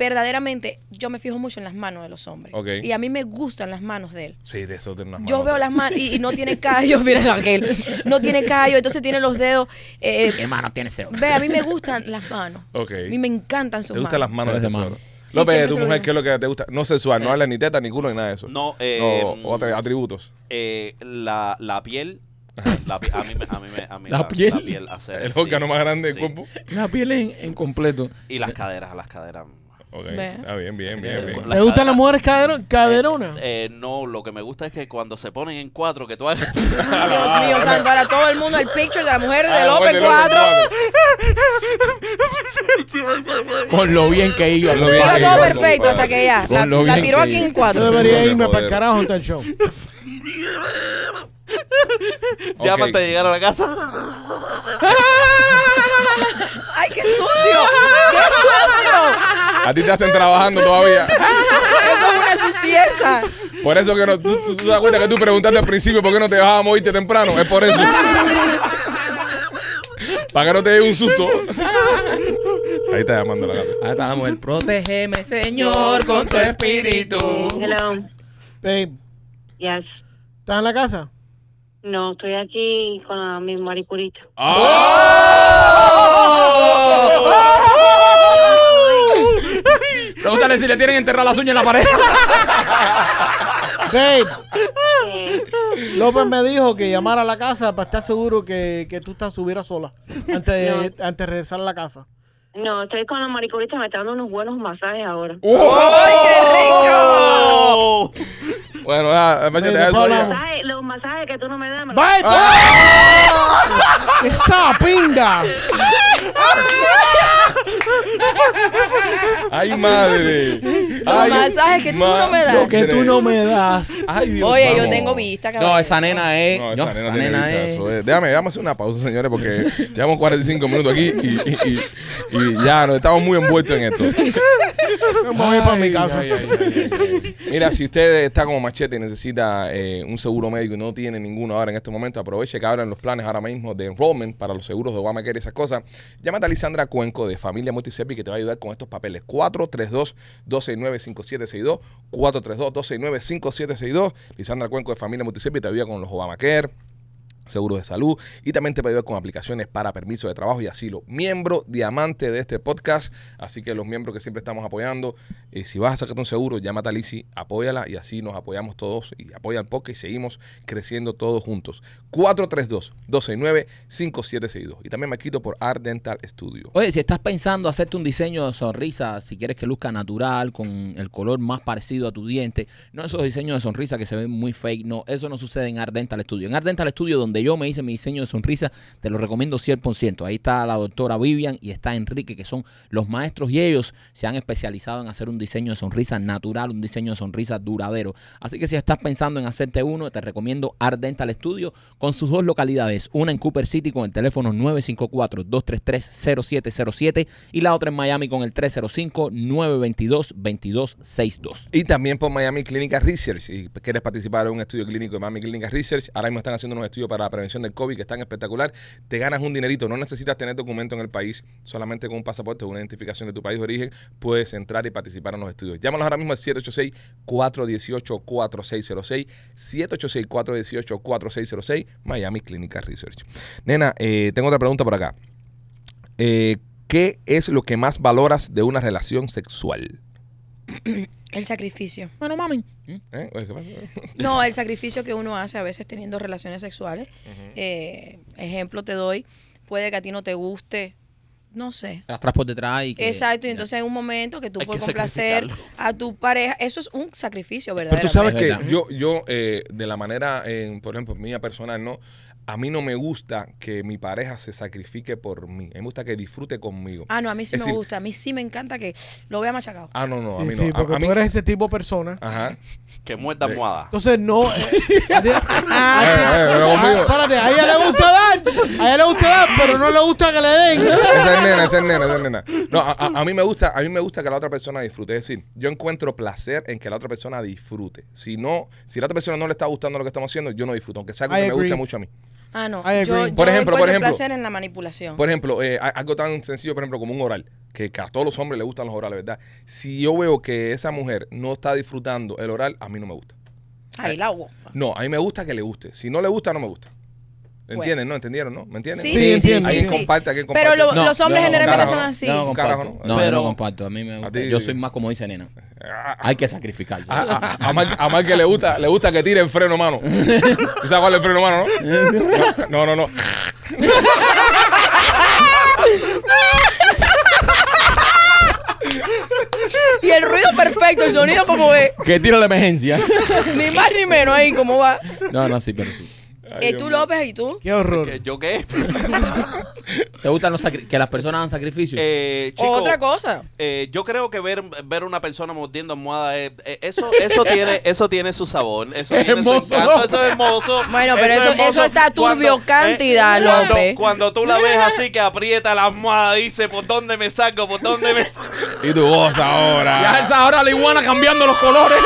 E: verdaderamente, yo me fijo mucho en las manos de los hombres.
A: Ok.
E: Y a mí me gustan las manos de él.
A: Sí, de eso tiene unas
E: Yo
A: manos,
E: veo
A: pero-
E: las manos y, y no tiene callos, miren aquel. No tiene callos, entonces tiene los dedos. eh,
F: ¿Qué mano tiene ese hombre?
E: ve, a mí me gustan las manos.
A: Ok.
E: A mí me encantan sus
A: Te gustan las
E: manos.
A: manos de
F: Pero es de
A: tesoro.
F: mano.
E: Sí,
A: López,
E: siempre
A: tu
E: se lo
A: mujer,
E: digo.
A: ¿qué es lo que te gusta? No sexual, no habla ni teta, ni culo, ni nada de eso.
D: No,
A: No,
D: eh,
A: o atre- atributos.
D: eh, la, la piel La pi- a mí, me- a mí me- a mí
B: La piel.
D: hace-
A: El
D: eh, sí,
A: órgano más grande del
D: sí.
A: cuerpo.
B: La piel en, en completo.
D: Y las caderas, las caderas.
A: Ok,
E: Ve.
A: está bien, bien, bien,
D: Eh,
A: bien.
D: la-
C: ¿Te gustan las mujeres
F: eh,
C: cadero- caderonas?
D: Eh, no, lo que me gusta es que cuando se ponen en cuatro, que tú hagas.
E: Dios mío, santo, ahora todo el mundo el picture de la mujer de
A: Ah,
E: López
A: bueno,
E: 4.
B: Con lo bien que iba.
A: Con lo bien
E: Iba
A: que iba.
B: compadre.
E: todo
A: compadre.
E: perfecto hasta que ella la,
B: Con lo
E: la
B: bien
E: tiró
B: que
E: aquí en
B: iba.
C: Yo
E: cuatro.
F: eh,
C: debería irme
A: Joder.
C: para el carajo en tal show.
D: Ya
A: Ok.
D: antes de llegar a la casa.
E: ¡Ay, qué sucio! ¡Qué sucio!
A: A ti te hacen trabajando todavía.
E: Eso es una sucieza.
A: Por eso que no, tú, tú- tú te das cuenta que tú preguntaste al principio por qué no te dejaba moverte temprano. Es por eso. Para que no te dé un susto. Ahí está llamando la gata.
F: Ahí está la mujer. Protégeme, Señor, con tu espíritu.
G: Hello.
C: Babe,
G: Yes.
C: ¿estás en la casa?
G: No, estoy aquí con la mi maricurita.
A: Ah.
B: Pregúntale si le tienen enterrada las uñas en la pared.
C: Babe,
G: Eh,
C: López me dijo que llamara a la casa para estar seguro que, que tú estás estuviera sola antes de, antes de regresar a la casa.
G: no, estoy con la maricurita, me está dando unos buenos masajes ahora.
A: Bueno, ah, nada, Machete,
C: Baby,
A: eso
C: hola.
A: ya.
G: Masaje- los masajes que tú no me das, me los-
C: ¡Vaya!
A: Ah.
C: ¡Esa pinga!
A: ¡Ay, madre! Ay,
E: masajes que tú no me das. Lo
B: que tú no me das.
A: Ay, Dios,
E: Oye, yo
A: vamos.
E: tengo vista, cabrón.
F: No, esa nena es.
A: No, esa nena, tiene vista,
F: es.
A: eso es. Déjame, déjame hacer una pausa, señores, porque llevamos 45 minutos aquí y, y- y- y ya nos estamos muy envueltos en esto.
C: Vamos a ir para mi
A: Ay,
C: casa.
A: ay, ay, ay, ay, ay. Mira, si usted está como machete y necesita eh, un seguro médico y no tiene ninguno ahora en este momento, aproveche que abran los planes ahora mismo de enrollment para los seguros de Obamacare y esas cosas. Llámate a Lisandra Cuenco de Familia Multisepi que te va a ayudar con estos papeles. 432-269-5762. 432-269-5762. Lisandra Cuenco de Familia Multisepi te ayuda con los Obamacare seguros de salud y también te puede ayudar con aplicaciones para permiso de trabajo y asilo. Miembro diamante de este podcast, así que los miembros que siempre estamos apoyando, eh, si vas a sacarte un seguro, llámate a Lisi, apóyala y así nos apoyamos todos y apoya al podcast y seguimos creciendo todos juntos. 432-269-5762 y también me quito por Art Dental Studio.
B: Oye, si estás pensando hacerte un diseño de sonrisa, si quieres que luzca natural, con el color más parecido a tu diente, no esos diseños de sonrisa que se ven muy fake, no, eso no sucede en Ardental Studio. En Ardental Studio, donde yo me hice mi diseño de sonrisa, te lo recomiendo 100%. Ahí está la doctora Vivian y está Enrique, que son los maestros y ellos se han especializado en hacer un diseño de sonrisa natural, un diseño de sonrisa duradero. Así que si estás pensando en hacerte uno, te recomiendo Ardental Studio con sus dos localidades, una en Cooper City con el teléfono 954-233-0707 y la otra en Miami con el 305-922-2262.
A: Y también por Miami Clinic Research. Si quieres participar en un estudio clínico de Miami Clinic Research, ahora mismo están haciendo unos estudios para la prevención del COVID que están espectacular. Te ganas un dinerito, no necesitas tener documento en el país, solamente con un pasaporte o una identificación de tu país de origen puedes entrar y participar en los estudios. Llámanos ahora mismo al 786-418-4606, 786-418-4606, Miami Clinic Research. Nena, eh, tengo otra pregunta por acá. Eh, ¿Qué es lo que más valoras de una relación sexual?
E: El sacrificio.
B: Bueno, mami.
A: ¿Eh? Oye, ¿qué pasa?
E: No, el sacrificio que uno hace a veces teniendo relaciones sexuales. Eh, ejemplo te doy, puede que a ti no te guste, no sé.
B: Las traes por detrás y que-
E: Exacto, y entonces hay un momento que tú
D: Hay
E: por
D: que
E: complacer
D: sacrificarlo.
E: a tu pareja, eso es un sacrificio, ¿verdad?
A: Pero tú sabes que
B: verdad.
A: yo, yo eh, de la manera, eh, por ejemplo, mía personal, ¿no? A mí no me gusta que mi pareja se sacrifique por mí. A mí me gusta que disfrute conmigo.
E: Ah, no, a mí sí
A: Es
E: me
A: decir-
E: gusta, a mí sí me encanta que lo vea machacado.
A: Ah, no, no, a
C: Sí,
A: mí no.
C: sí,
A: A-
C: porque
A: a, mí,
C: tú eres ese tipo de persona.
A: Ajá.
D: Que muerda
A: Sí.
D: almohada.
C: Entonces no. eh, a ti-
A: Eh, eh, pero
C: Ah,
A: conmigo.
C: espérate, a ella le gusta dar, a ella le gusta dar, pero no le gusta que le den.
A: Esa es nena, esa es nena, esa es nena. No, a, a- a mí me gusta, a mí me gusta que la otra persona disfrute. Es decir, yo encuentro placer en que la otra persona disfrute. Si no, si la otra persona no le está gustando lo que estamos haciendo, yo no disfruto, aunque sea algo
C: I
A: que me
C: agree.
A: guste mucho a mí.
E: Ah, no,
C: I
E: yo,
C: agree.
E: yo
A: Por ejemplo, por
E: encuentro
A: ejemplo.
E: placer en la manipulación.
A: Por ejemplo, eh, a- algo tan sencillo, por ejemplo, como un oral, que, que a todos los hombres les gustan los orales, ¿verdad? Si yo veo que esa mujer no está disfrutando el oral, a mí no me gusta.
E: Ahí la guapa.
A: No, a mí me gusta que le guste. Si no le gusta, no me gusta. ¿Entienden? ¿No? ¿Entendieron? ¿No? ¿Me entienden?
E: Sí,
C: Sí,
E: sí, sí.
C: entiendo.
E: sí,
A: Alguien
E: sí.
A: comparte, alguien comparte.
E: Pero lo-
B: No,
E: los hombres
B: yo no
E: generalmente
A: comparto.
E: son así.
B: Yo no comparto.
A: Carajo,
B: no,
A: ¿no?
B: yo
D: Pero-
B: no comparto. A Ah, mí me gusta.
A: ti-
B: Yo soy más como dice nena. Hay que sacrificarse.
A: A, a, a Mike- a Mike le gusta, le gusta que tire en freno mano. ¿Tú sabes cuál es el freno mano, no? No, no, no.
E: Y el ruido perfecto, el sonido como ve.
B: que tiro la emergencia.
E: Ni más ni menos ahí, ¿cómo va?
B: No, no, sí, pero sí.
A: Ay, Dios
E: ¿Y Eh, tú,
A: mío.
E: López, y tú?
C: Qué horror.
D: ¿Que ¿Yo qué?
B: ¿Te gustan los sacri- que las personas hagan sacrificios?
D: Eh,
E: O
D: chico,
E: otra cosa.
D: eh, yo creo que ver, ver una persona mordiendo almohada es- eh, eso, eso tiene, eso tiene su sabor. Eso
B: Es
D: tiene
B: hermoso.
D: Su encanto, eso es hermoso.
E: Bueno, pero
D: es
E: eso-
D: hermoso. eh,
E: eso está turbio cantidad,
D: cuando-
E: López.
D: Cuando, tú la ves así que aprieta la almohada, dice por dónde me saco, por dónde me saco.
A: Y tu voz ahora.
B: Ya a esa hora la iguana cambiando los colores.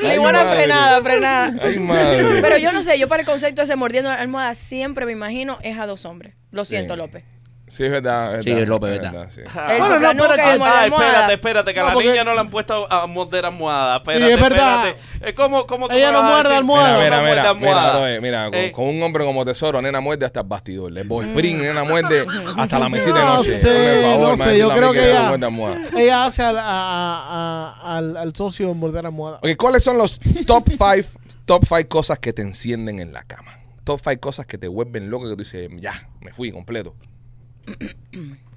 E: La iguana
A: madre.
E: frenada, frenada.
A: Ay, madre.
E: Pero yo no sé, yo para el concepto ese mordiendo la almohada siempre me imagino es a dos hombres. Lo
A: Sí.
E: siento, López.
A: Sí, es verdad. Es
B: Sí,
A: verdad,
B: es López, verdad.
A: sí.
E: El
C: Bueno, no,
E: soplanuca
C: espérate.
E: y el
D: Ah,
E: almohada.
D: espérate, espérate, que a
C: No,
D: la
C: porque-
D: niña no la han puesto a morder almohada. Espérate,
C: es verdad.
D: espérate. Eh, ¿Cómo, cómo tú
C: Ella
D: me
C: no
D: vas a
C: muerde
D: decir?
C: almohada.
D: No, no
A: Mira,
D: muerde
A: mira, mira, mira,
D: almohada.
A: Zoe, mira, con-
D: Eh.
A: con, un hombre como Tesoro, nena muerde hasta el bastidor. Le voy
C: Mm.
A: spring, nena muerde hasta la mesita de
C: No
A: noche.
C: sé,
A: Hazme el
C: no
A: me
C: sé,
A: haces
C: yo
A: a mí
C: creo que
A: nena
C: ya.
A: muerde almohada.
C: Ella hace al, a- a- a- al, al socio morder almohada.
A: Ok, ¿cuáles son los top 5 top five cosas que te encienden en la cama? Top 5 cosas que te vuelven loco que tú dices, ya, me fui completo.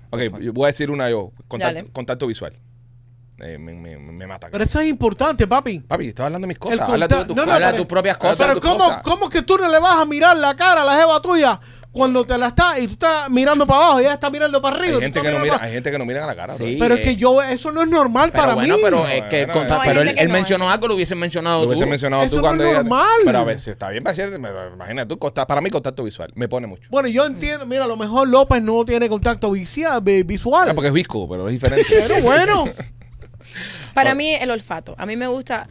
A: Ok, yo voy a decir una yo.
E: Dale.
A: Contacto, contacto visual. Eh, me, me- me mata.
C: Pero eso es importante, papi.
A: Papi, estaba hablando de mis
C: El
A: cosas. Habla tú de
C: contacto-
A: tus
C: no, no,
A: cosas.
B: Habla de tus propias
A: Habla de
B: cosas.
A: tus
C: Pero ¿cómo,
A: cosas.
C: ¿cómo que tú no le vas a mirar la cara a la jeva tuya cuando te la está y tú estás mirando para abajo y ella está mirando para arriba?
A: Hay
C: tú
A: gente
C: estás
A: que no
C: mirando
A: mira, eh.
C: para-
A: hay gente que no mira a la cara.
B: Sí.
A: bro.
C: Pero es que yo, eso no es normal
B: Pero
C: para
B: bueno,
A: pues-
C: mí.
B: pero es que
A: No,
B: conta-
A: no,
B: pero
E: dice
B: él,
E: que
B: él
E: no,
B: mencionó algo, lo hubiesen mencionado
A: Lo hubiese
B: tú.
A: mencionado
C: Eso
A: tú
C: no es
A: cuando ella-
C: normal.
A: Pero a veces está bien, paciente, me- me- imagínate tú, costa- para mí contacto visual, me pone mucho.
C: Bueno, yo entiendo, mira, a lo mejor López no tiene contacto visia- vi-
A: Ah,
C: visual.
A: porque es visco, pero es diferente.
C: Pero bueno,
E: Para mí, el olfato. A mí me gusta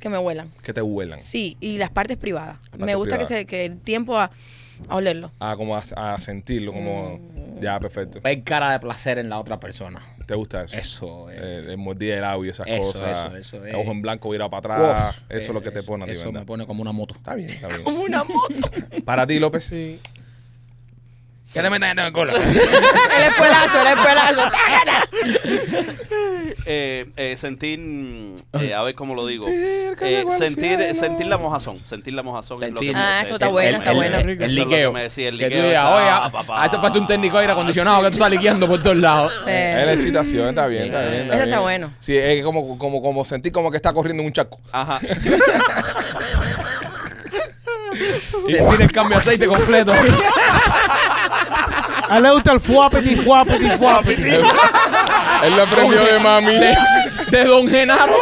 E: que me huelan.
A: que te huelan.
E: Sí, y las partes privadas.
A: partes
E: me gusta que,
A: privadas.
E: se, que el tiempo a, a olerlo.
A: Ah, como a, a sentirlo, como... Ya, perfecto.
B: Ver Pues, cara de placer en la otra persona.
A: ¿Te gusta eso?
B: Eso es.
A: El, el mordida de labio, esas
B: Eso,
A: cosas.
B: eso, eso,
A: el
B: eh.
A: ojo en blanco virado para atrás.
B: Uf,
A: ah, eso es lo que te
B: eso-
A: pone a ti,
B: Eso
A: ¿verdad?
B: me pone como una moto.
A: Está bien, está bien.
E: Como una moto.
A: Para ti, López.
C: sí.
B: ¿Qué le metes en el culo?
E: el espuelazo, el espuelazo.
D: Eh, eh, sentir, mm, eh, a ver cómo lo digo. Eh, sentir, sentir la mojazón. Sentir la mojazón. es lo que
B: Sentir.
D: me-
E: Ah, eso está
D: sí,
E: bueno,
D: el-
E: está
D: el-
E: bueno.
D: eso
B: El,
D: es lo
B: el
D: que
B: liqueo.
D: me decía, el
B: que tú
D: liqueo,
B: digas,
D: esa-
B: oye,
D: pa, pa,
B: ah,
D: pa.
B: hace falta un técnico de aire acondicionado que tú estás liqueando por todos lados.
A: Es la excitación, está bien, está
B: Sí.
A: bien.
E: Eso está
A: bien.
E: bueno.
A: Sí, es como, como, como sentir como que está corriendo en un charco.
D: Ajá.
B: Y tiene el cambio de aceite completo.
C: A él le gusta el fuapeti, fuapeti, fuapeti.
A: Él lo aprendió de mami.
B: De Don Genaro.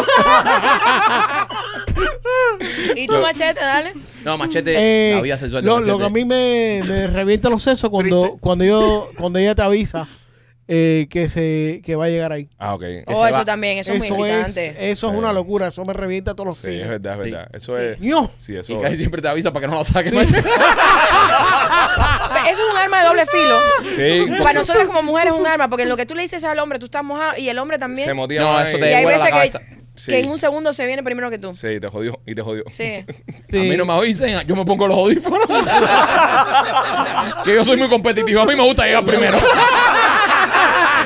E: ¿Y tu machete, dale?
B: No, machete.
C: Eh,
B: la vida sexual. de
C: lo,
B: Machete.
C: lo que a mí me, me revienta los sesos cuando, cuando, yo, cuando ella te avisa eh, que, se, que va a llegar ahí.
A: Ah, ok.
E: Oh,
B: se
E: eso
B: va.
E: también, eso, es muy
C: es, eh.
E: excitante.
C: eso
A: Sí.
C: es una locura, eso me revienta todos los
A: Sí, es
C: días.
A: verdad, es verdad. Eso
E: Sí.
A: es.
C: Ño.
A: Sí,
B: Y
A: eso
B: casi
A: es.
B: siempre te avisa para que no lo saques, machete.
E: Pe- Eso es un arma de doble filo.
A: Sí,
E: Para nosotras como mujeres es un arma, porque en lo que tú le dices al hombre, tú estás mojado y el hombre también.
A: se motiva.
B: No,
A: más
B: eso
A: y-
E: y
B: te
E: hay
B: vuela la
E: veces
B: cabeza.
E: que,
A: Sí.
E: que en un segundo se viene primero que tú. Sí.
A: Sí, te jodió. Y te jodió.
C: Sí.
B: A mí no me avisen, yo me pongo los audífonos. que yo soy muy competitivo, a mí me gusta llegar primero.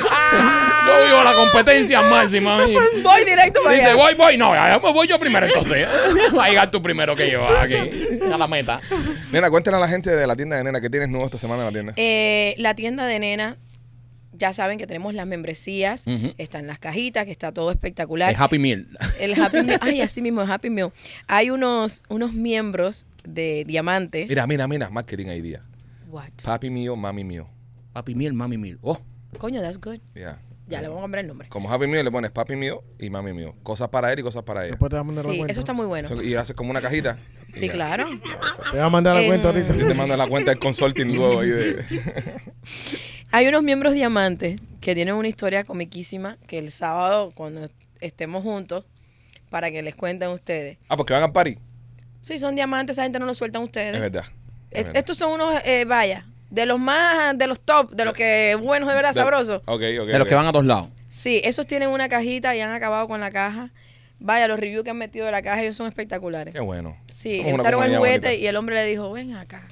B: yo vivo la competencia máxima. a mí.
E: Voy directo para
B: Dice,
E: allá.
B: voy, voy, no, ya me voy yo primero entonces. Va a llegar tú primero que yo aquí, a la meta.
A: Nena, cuéntale a la gente de la tienda de nena que tienes nuevo esta semana en la tienda.
E: Eh, la tienda de nena, ya saben que tenemos las membresías, están las cajitas, que está todo espectacular.
B: Es Happy Meal.
E: El Happy Meal, ay, así mismo, el Happy Meal. Hay unos, unos miembros de Diamante.
A: Mira, Ah. mira, mira. Marketing idea.
E: What?
A: Papi mío, mami mío.
B: Happy Meal, Mami Meal. Oh,
E: Coño, that's good.
A: Ya.
E: Ya le vamos a comprar el nombre.
A: Como Happy Mío le pones papi mío y mami mío. Cosas para él y cosas para ella.
C: Después te va a mandar la
E: Sí,
C: cuenta.
E: eso está muy bueno.
A: Eso- y haces como una cajita. y
E: Sí,
A: ya.
E: claro.
C: Te va a mandar la
E: Eh,
C: cuenta ahorita.
A: Yo te mando la cuenta del consulting luego. ahí de-
E: Hay unos miembros diamantes que tienen una historia comiquísima que el sábado, cuando estemos juntos, para que les cuenten ustedes.
A: Ah, porque van al
E: Eh.
A: party.
E: Sí, son diamantes, esa gente no lo sueltan ustedes.
A: Es verdad. es
E: Est-
A: verdad.
E: Estos son unos, eh, vaya, de los más, de los top, de los que buenos, de verdad,
A: De-
E: sabrosos.
A: Ok, ok.
B: de los
A: ok.
B: que van a todos lados.
E: Sí, esos tienen una cajita y han acabado con la caja. Vaya, los reviews que han metido de la caja, ellos son espectaculares.
A: Qué bueno.
E: Sí,
A: Somos una
E: usaron el
A: compañía
E: juguete
A: bonita.
E: y el hombre le dijo, ven acá.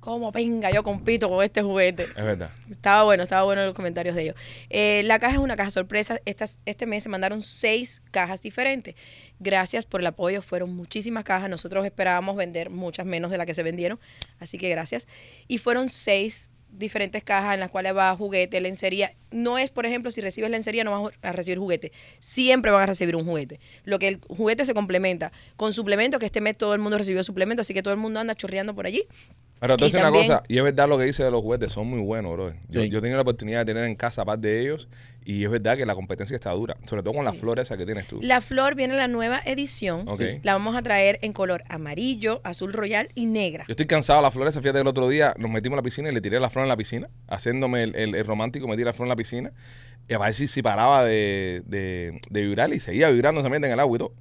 E: ¿Cómo venga? Yo compito con este juguete.
A: Es verdad.
E: Estaba bueno, estaba bueno los comentarios de ellos. Eh, la caja es una caja sorpresa. Estas, este mes se mandaron seis cajas diferentes. Gracias por el apoyo. Fueron muchísimas cajas. Nosotros esperábamos vender muchas menos de las que se vendieron. Así que gracias. Y fueron seis diferentes cajas en las cuales va juguete, lencería. No es, por ejemplo, si recibes lencería no vas a recibir juguete. Siempre van a recibir un juguete. Lo que el juguete se complementa con suplementos, que este mes todo el mundo recibió suplementos, así que todo el mundo anda chorreando por allí.
A: Pero
E: Y
A: entonces una
E: también-
A: cosa, y es verdad lo que dice de los juguetes, son muy buenos, bro. Yo,
F: Sí.
A: yo he tenido la oportunidad de tener en casa par de ellos y es verdad que la competencia está dura, sobre todo con la flor esa que tienes tú.
E: La flor viene en la nueva edición.
A: Ok.
E: La vamos a traer en color amarillo, azul royal y negra.
A: Yo estoy cansado de la flor esa, fíjate que el otro día nos metimos a la piscina y le tiré la flor en la piscina, haciéndome el, el- el romántico, metí la flor en la piscina y a ver si, si paraba de, de- de vibrar y seguía vibrando también en el agua y todo.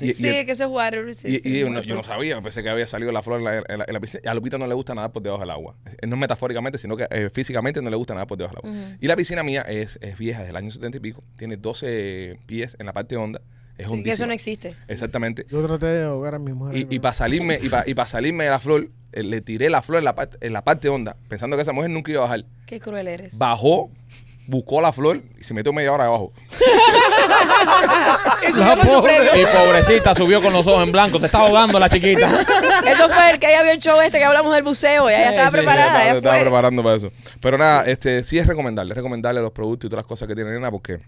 A: Y- y-
E: sí,
A: y-
E: que eso es water
A: Y,
E: resistant.
A: y yo, no, yo no sabía, pensé que había salido la flor en la, en la- en la piscina. Y a Lupita no le gusta nadar por debajo del agua. No metafóricamente, sino que eh, físicamente no le gusta nadar por debajo del agua. Y la piscina mía es, es vieja, del año 70 y pico. Tiene 12 pies en la parte honda. Es
E: Sí, que
A: hondísima.
E: eso no existe.
A: Exactamente.
C: Yo traté de ahogar a mi mujer.
A: Y,
C: pero-
A: para salirme, y para salirme de la flor, eh, le tiré la flor en la, parte, en la parte honda, pensando que esa mujer nunca iba a bajar.
E: Qué cruel eres.
A: Bajó, buscó la flor y se metió media hora abajo.
E: Eso fue con su
F: Y
E: premio.
F: pobrecita subió con los ojos en blanco. Se está ahogando la chiquita.
E: Eso fue el que ella vio el show este que hablamos del buceo. Ella ya
F: Sí,
E: estaba
F: sí,
E: preparada.
A: estaba,
E: ella
A: estaba
E: fue.
A: preparando para eso. Pero nada, este sí es recomendable, es recomendable los productos y todas las cosas que tiene Nena porque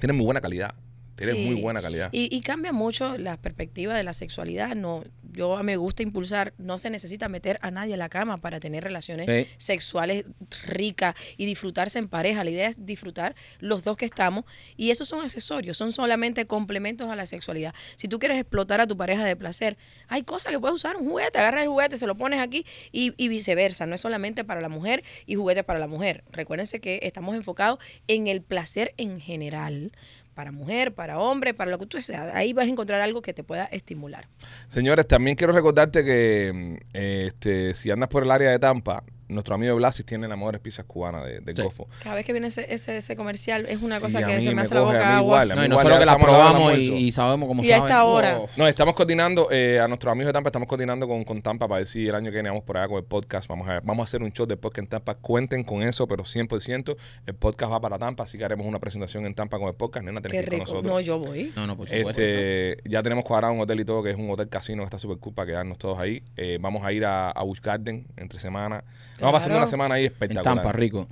A: tienen muy buena calidad. Tienen
E: Sí.
A: muy buena calidad.
E: Y, y cambia mucho la perspectiva de la sexualidad. No, yo me gusta impulsar, no se necesita meter a nadie a la cama para tener relaciones
F: Sí.
E: sexuales ricas y disfrutarse en pareja. La idea es disfrutar los dos que estamos y esos son accesorios, son solamente complementos a la sexualidad. Si tú quieres explotar a tu pareja de placer, hay cosas que puedes usar, un juguete, agarras el juguete, se lo pones aquí y, y viceversa. No es solamente para la mujer y juguetes para la mujer. Recuérdense que estamos enfocados en el placer en general para mujer, para hombre, para lo que tú deseas. Ahí vas a encontrar algo que te pueda estimular.
A: Señores, también quiero recordarte que mm, este, si andas por el área de Tampa, nuestro amigo Blasis tiene la mejor pizza cubana de, del
F: Sí.
A: Golfo.
E: Cada vez que viene ese, ese, ese comercial es una
A: Sí,
E: cosa
A: a
E: que
A: mí
E: se me
A: me
E: hace la
A: coge, a mí
E: boca agua.
A: igual.
F: No, y
A: Igual,
F: nosotros
A: ya
F: que la
A: estamos al lado del
F: probamos y,
A: almuerzo.
F: y sabemos cómo
E: Y a
F: sabe.
E: esta hora.
B: Oh.
F: Wow.
A: Nos estamos coordinando, eh, a nuestros amigos de Tampa estamos coordinando con, con Tampa para decir el año que viene vamos por allá con el podcast. Vamos a, vamos a hacer un show de podcast en Tampa. Cuenten con eso, pero 100%. El podcast va para Tampa, así que haremos una presentación en Tampa con el podcast. Nena, tenés
E: Qué
A: que ir
E: rico.
A: con
E: No,
A: nosotros.
E: yo voy.
F: No, no, por supuesto.
A: este, ya tenemos cuadrado un hotel y todo, que es un hotel casino que está súper cool para quedarnos todos ahí. Eh, vamos a ir a, a Busch Garden entre semana. Vamos
E: Claro.
A: a pasar una semana ahí
F: en
A: espectacular.
F: Tampa, rico.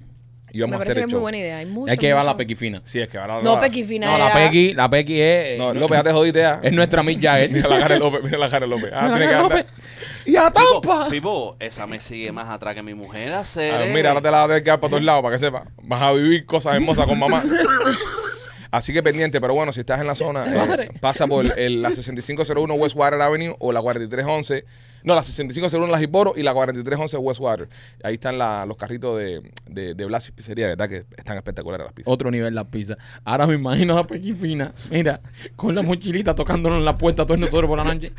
A: Y vamos
E: me
A: a
E: parece
A: hacer el
E: que es muy
A: show.
E: buena idea. Hay mucho,
F: Hay que llevar
E: mucho-
F: la pequifina.
A: Sí, es que ahora
E: No,
A: ahora-
E: Pequifina.
F: No, la
E: era-
F: pequi, la pequi es... eh,
A: No, López, ya te jodiste ya.
F: Es nuestra Mick
A: Mira
F: Jagger.
A: la cara de López, mira la cara de López. Ah, tiene que
E: pues.
A: andar.
F: ¡Y a
D: Pipo,
F: Tampa!
D: Pipo, esa me sigue más atrás que mi mujer.
A: A ver,
D: hacer.
A: Ah, mira, ahora te la vas a tener que dar para todos lados para que sepas. Vas a vivir cosas hermosas con mamá. Así que pendiente, pero bueno, si estás en la zona, eh, pasa por el- la 6501 West Water Avenue o la 4311. No, la 6501 Las Hiporo y la 4311 West Water. Ahí están la- los carritos de, de, de Blas y Pizzería, ¿verdad? Que están espectaculares las pizzas.
F: Otro nivel la pizza. Ahora me imagino a la pequifina. Mira, con la mochilita tocándonos en la puerta todos nosotros por la noche.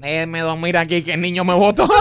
F: Déjenme dormir aquí que el niño me botó.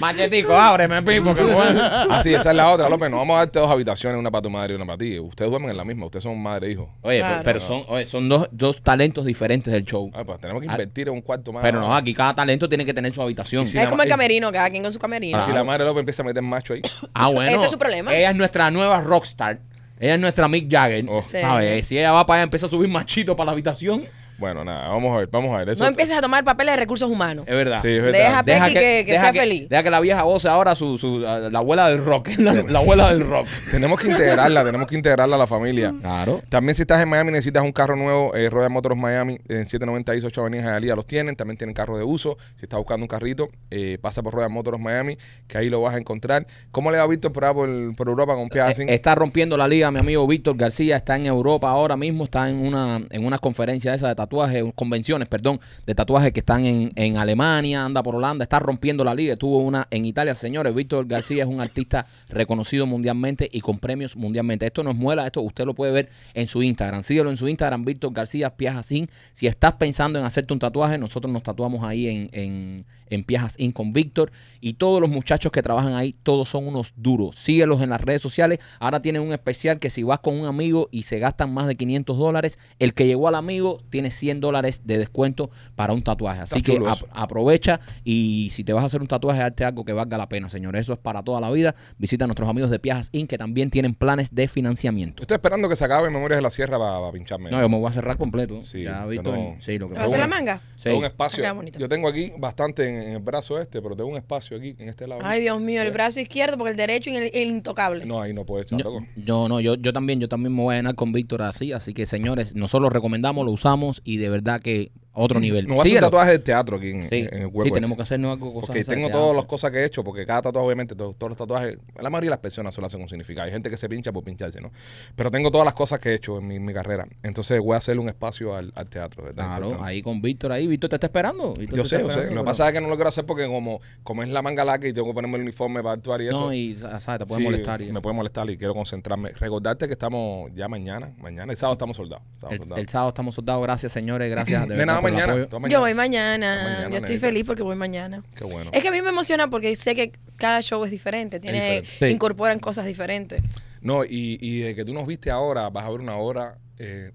F: Machetico, ábreme, Pipo, que bueno.
A: Así, esa es la otra, López. Nos vamos a darte dos habitaciones, una para tu madre y una para ti. Ustedes duermen en la misma, ustedes son madre e hijo.
F: Oye,
E: Claro.
F: pero son, oye, son dos, dos talentos diferentes del show.
A: Ah, pues tenemos que
F: Ah.
A: invertir en un cuarto más.
F: Pero no, aquí cada talento tiene que tener su habitación.
A: si
E: Es
A: la-
E: como el
A: y-
E: camerino, cada quien con su camerino.
A: Y si la madre de López empieza a meter macho ahí.
F: Ah, bueno.
E: Ese es su problema.
F: Ella es nuestra nueva rockstar. Ella es nuestra Mick Jagger.
A: Oh.
E: Sí.
F: ¿Sabes? Si ella va para allá, empieza a subir machito para la habitación.
A: Bueno, nada, vamos a ver, vamos a ver. Eso
E: no empieces a tomar papeles de recursos humanos.
F: Es verdad.
A: Sí, es verdad.
E: Deja a
F: Deja
E: Pequi que, que
F: deja
E: sea
F: que-
E: feliz.
F: Deja que la vieja voce ahora su, su- la, la abuela del rock. La, la abuela del rock.
A: Tenemos que integrarla, tenemos que integrarla a la familia.
F: Claro.
A: También si estás en Miami y necesitas un carro nuevo, eh, Royal Motors Miami en 798 Avenida Jalía los tienen, también tienen carros de uso. Si estás buscando un carrito, eh, pasa por Royal Motors Miami, que ahí lo vas a encontrar. ¿Cómo le va Víctor por, allá por, por Europa con Piazin?
F: Eh, Está rompiendo la liga, mi amigo Víctor García. Está en Europa ahora mismo. Está en una, en una conferencia esa de
B: tatuajes, convenciones, perdón, de tatuajes que están en, en Alemania, anda por Holanda, está rompiendo la liga. Tuvo una en Italia, señores. Víctor García es un artista reconocido mundialmente y con premios mundialmente. Esto no es muela, esto usted lo puede ver en su Instagram. Síguelo en su Instagram, Víctor García Piajasin. Si estás pensando en hacerte un tatuaje, nosotros nos tatuamos ahí en, en, en Piajas Inc. con Víctor. Y todos los muchachos que trabajan ahí, todos son unos duros. Síguelos en las redes sociales. Ahora tienen un especial que si vas con un amigo y se gastan más de 500 dólares, el que llegó al amigo tiene 100 dólares de descuento para un tatuaje. Así
A: Está
B: que
A: chulo
B: ap-
A: eso.
B: aprovecha y si te vas a hacer un tatuaje, hazte algo que valga la pena, señores. Eso es para toda la vida. Visita a nuestros amigos de Piajas Inc. que también tienen planes de financiamiento.
A: Estoy esperando que se acabe Memorias de la Sierra para, pincharme.
B: No, yo me voy a cerrar completo.
A: Sí,
B: Ya,
A: que
B: Víctor,
A: no.
B: sí, lo que
E: ¿Te vas a hacer la
B: pregunto.
E: manga?
B: Sí.
A: Tengo un espacio.
E: Queda Ah, bonito.
A: Yo tengo aquí bastante en, en el brazo este, pero tengo un espacio aquí, en este lado.
E: Ay, Dios mío, el brazo izquierdo porque el derecho y el, el intocable.
A: No, ahí no puede estar,
B: No,
A: loco.
B: yo no, yo, yo también, yo también me voy a llenar con Víctor así, así que señores, nosotros lo recomendamos, lo usamos y de verdad que otro nivel.
A: No voy a hacer
B: Síguelo.
A: tatuajes de teatro aquí en,
B: Sí,
A: en el
B: sí,
A: hueco.
B: tenemos
A: este.
B: que hacernos algo cosas
A: Porque
B: esas
A: tengo
B: de
A: todas
B: teatro.
A: las cosas que he hecho, porque cada tatuaje, obviamente, to- todos los tatuajes, la mayoría de las personas solo hacen un significado. Hay gente que se pincha por pincharse, ¿no? Pero tengo todas las cosas que he hecho en mi, mi carrera. Entonces voy a hacerle un espacio al, al teatro. ¿verdad?
B: Claro,
A: Importante.
B: ahí con Víctor ahí, Víctor te está esperando. Víctor
A: Yo
B: te
A: sé,
B: está
A: yo sé.
B: esperando,
A: Lo que
B: pero-
A: pasa es que no lo quiero hacer porque como, como es la manga larga y tengo que ponerme el uniforme para actuar y eso.
B: No, y sabes, te puede
A: sí,
B: molestar. y eso.
A: Me puede molestar y quiero concentrarme. Recordarte que estamos ya mañana. Mañana, el sábado estamos soldados. Estamos
B: el,
A: soldados.
B: el sábado estamos soldados, gracias señores, gracias de
A: de nada,
B: verdad por el
A: mañana.
B: apoyo.
A: todo mañana.
E: Yo voy mañana.
A: Hasta mañana,
E: Yo estoy
A: nenita.
E: feliz porque voy mañana.
A: Qué bueno.
E: Es que a mí me emociona porque sé que cada show es diferente, tiene
A: diferente.
B: Sí.
E: incorporan cosas diferentes.
A: No, y, y de que tú nos viste ahora, vas a ver una hora. eh,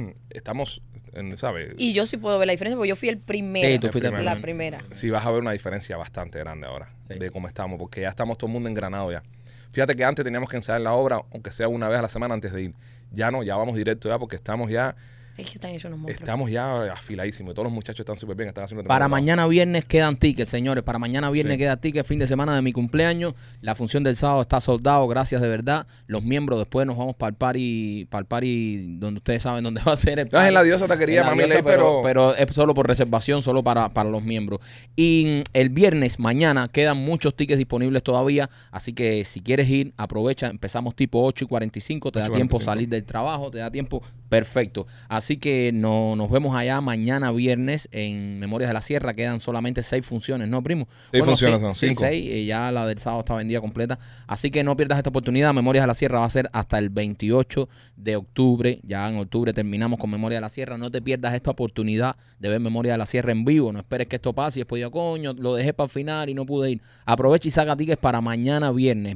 A: estamos, en- ¿sabes?
E: Y yo sí puedo ver la diferencia porque yo fui el primero.
B: Sí, tú
A: fuiste el
E: la
A: primero.
E: primera.
A: sí vas a ver una diferencia bastante grande ahora
B: Sí.
A: de cómo estamos, porque ya estamos todo el mundo engranado ya. Fíjate que antes teníamos que ensayar la obra, aunque sea una vez a la semana antes de ir. Ya no, ya vamos directo ya porque estamos ya,
E: Es que están hechos unos monstruos.
A: estamos ya afiladísimos. y Todos los muchachos están súper bien, están haciendo
B: Para
A: tremendo trabajo.
B: mañana viernes quedan tickets, señores. Para mañana viernes
A: Sí.
B: queda tickets, fin de semana de mi cumpleaños. La función del sábado está soldado, gracias de verdad. Los miembros, después nos vamos para el party, para el party donde ustedes saben dónde va a ser el
A: No, es en la
B: party.
A: diosa taquería,
B: En la
A: mami
B: diosa,
A: Ley, pero,
B: pero es solo por reservación, solo para, para los miembros. Y mm, el viernes, mañana, quedan muchos tickets disponibles todavía. Así que si quieres ir, aprovecha. Empezamos tipo 8 y 45. Te da
A: 8 y
B: tiempo
A: 45.
B: salir del trabajo, te da tiempo. Perfecto. Así que no, nos vemos allá mañana viernes en Memorias de la Sierra. Quedan solamente seis funciones, ¿no, primo?
A: Seis funciones,
B: sí,
A: no,
B: sí,
A: cinco.
B: seis, eh, ya la del sábado está vendida completa. Así que no pierdas esta oportunidad. Memorias de la Sierra va a ser hasta el 28 de octubre. Ya en octubre terminamos con Memoria de la Sierra. No te pierdas esta oportunidad de ver Memoria de la Sierra en vivo. No esperes que esto pase y después diga, coño, lo dejé para el final y no pude ir. Aprovecha y saca tickets para mañana viernes.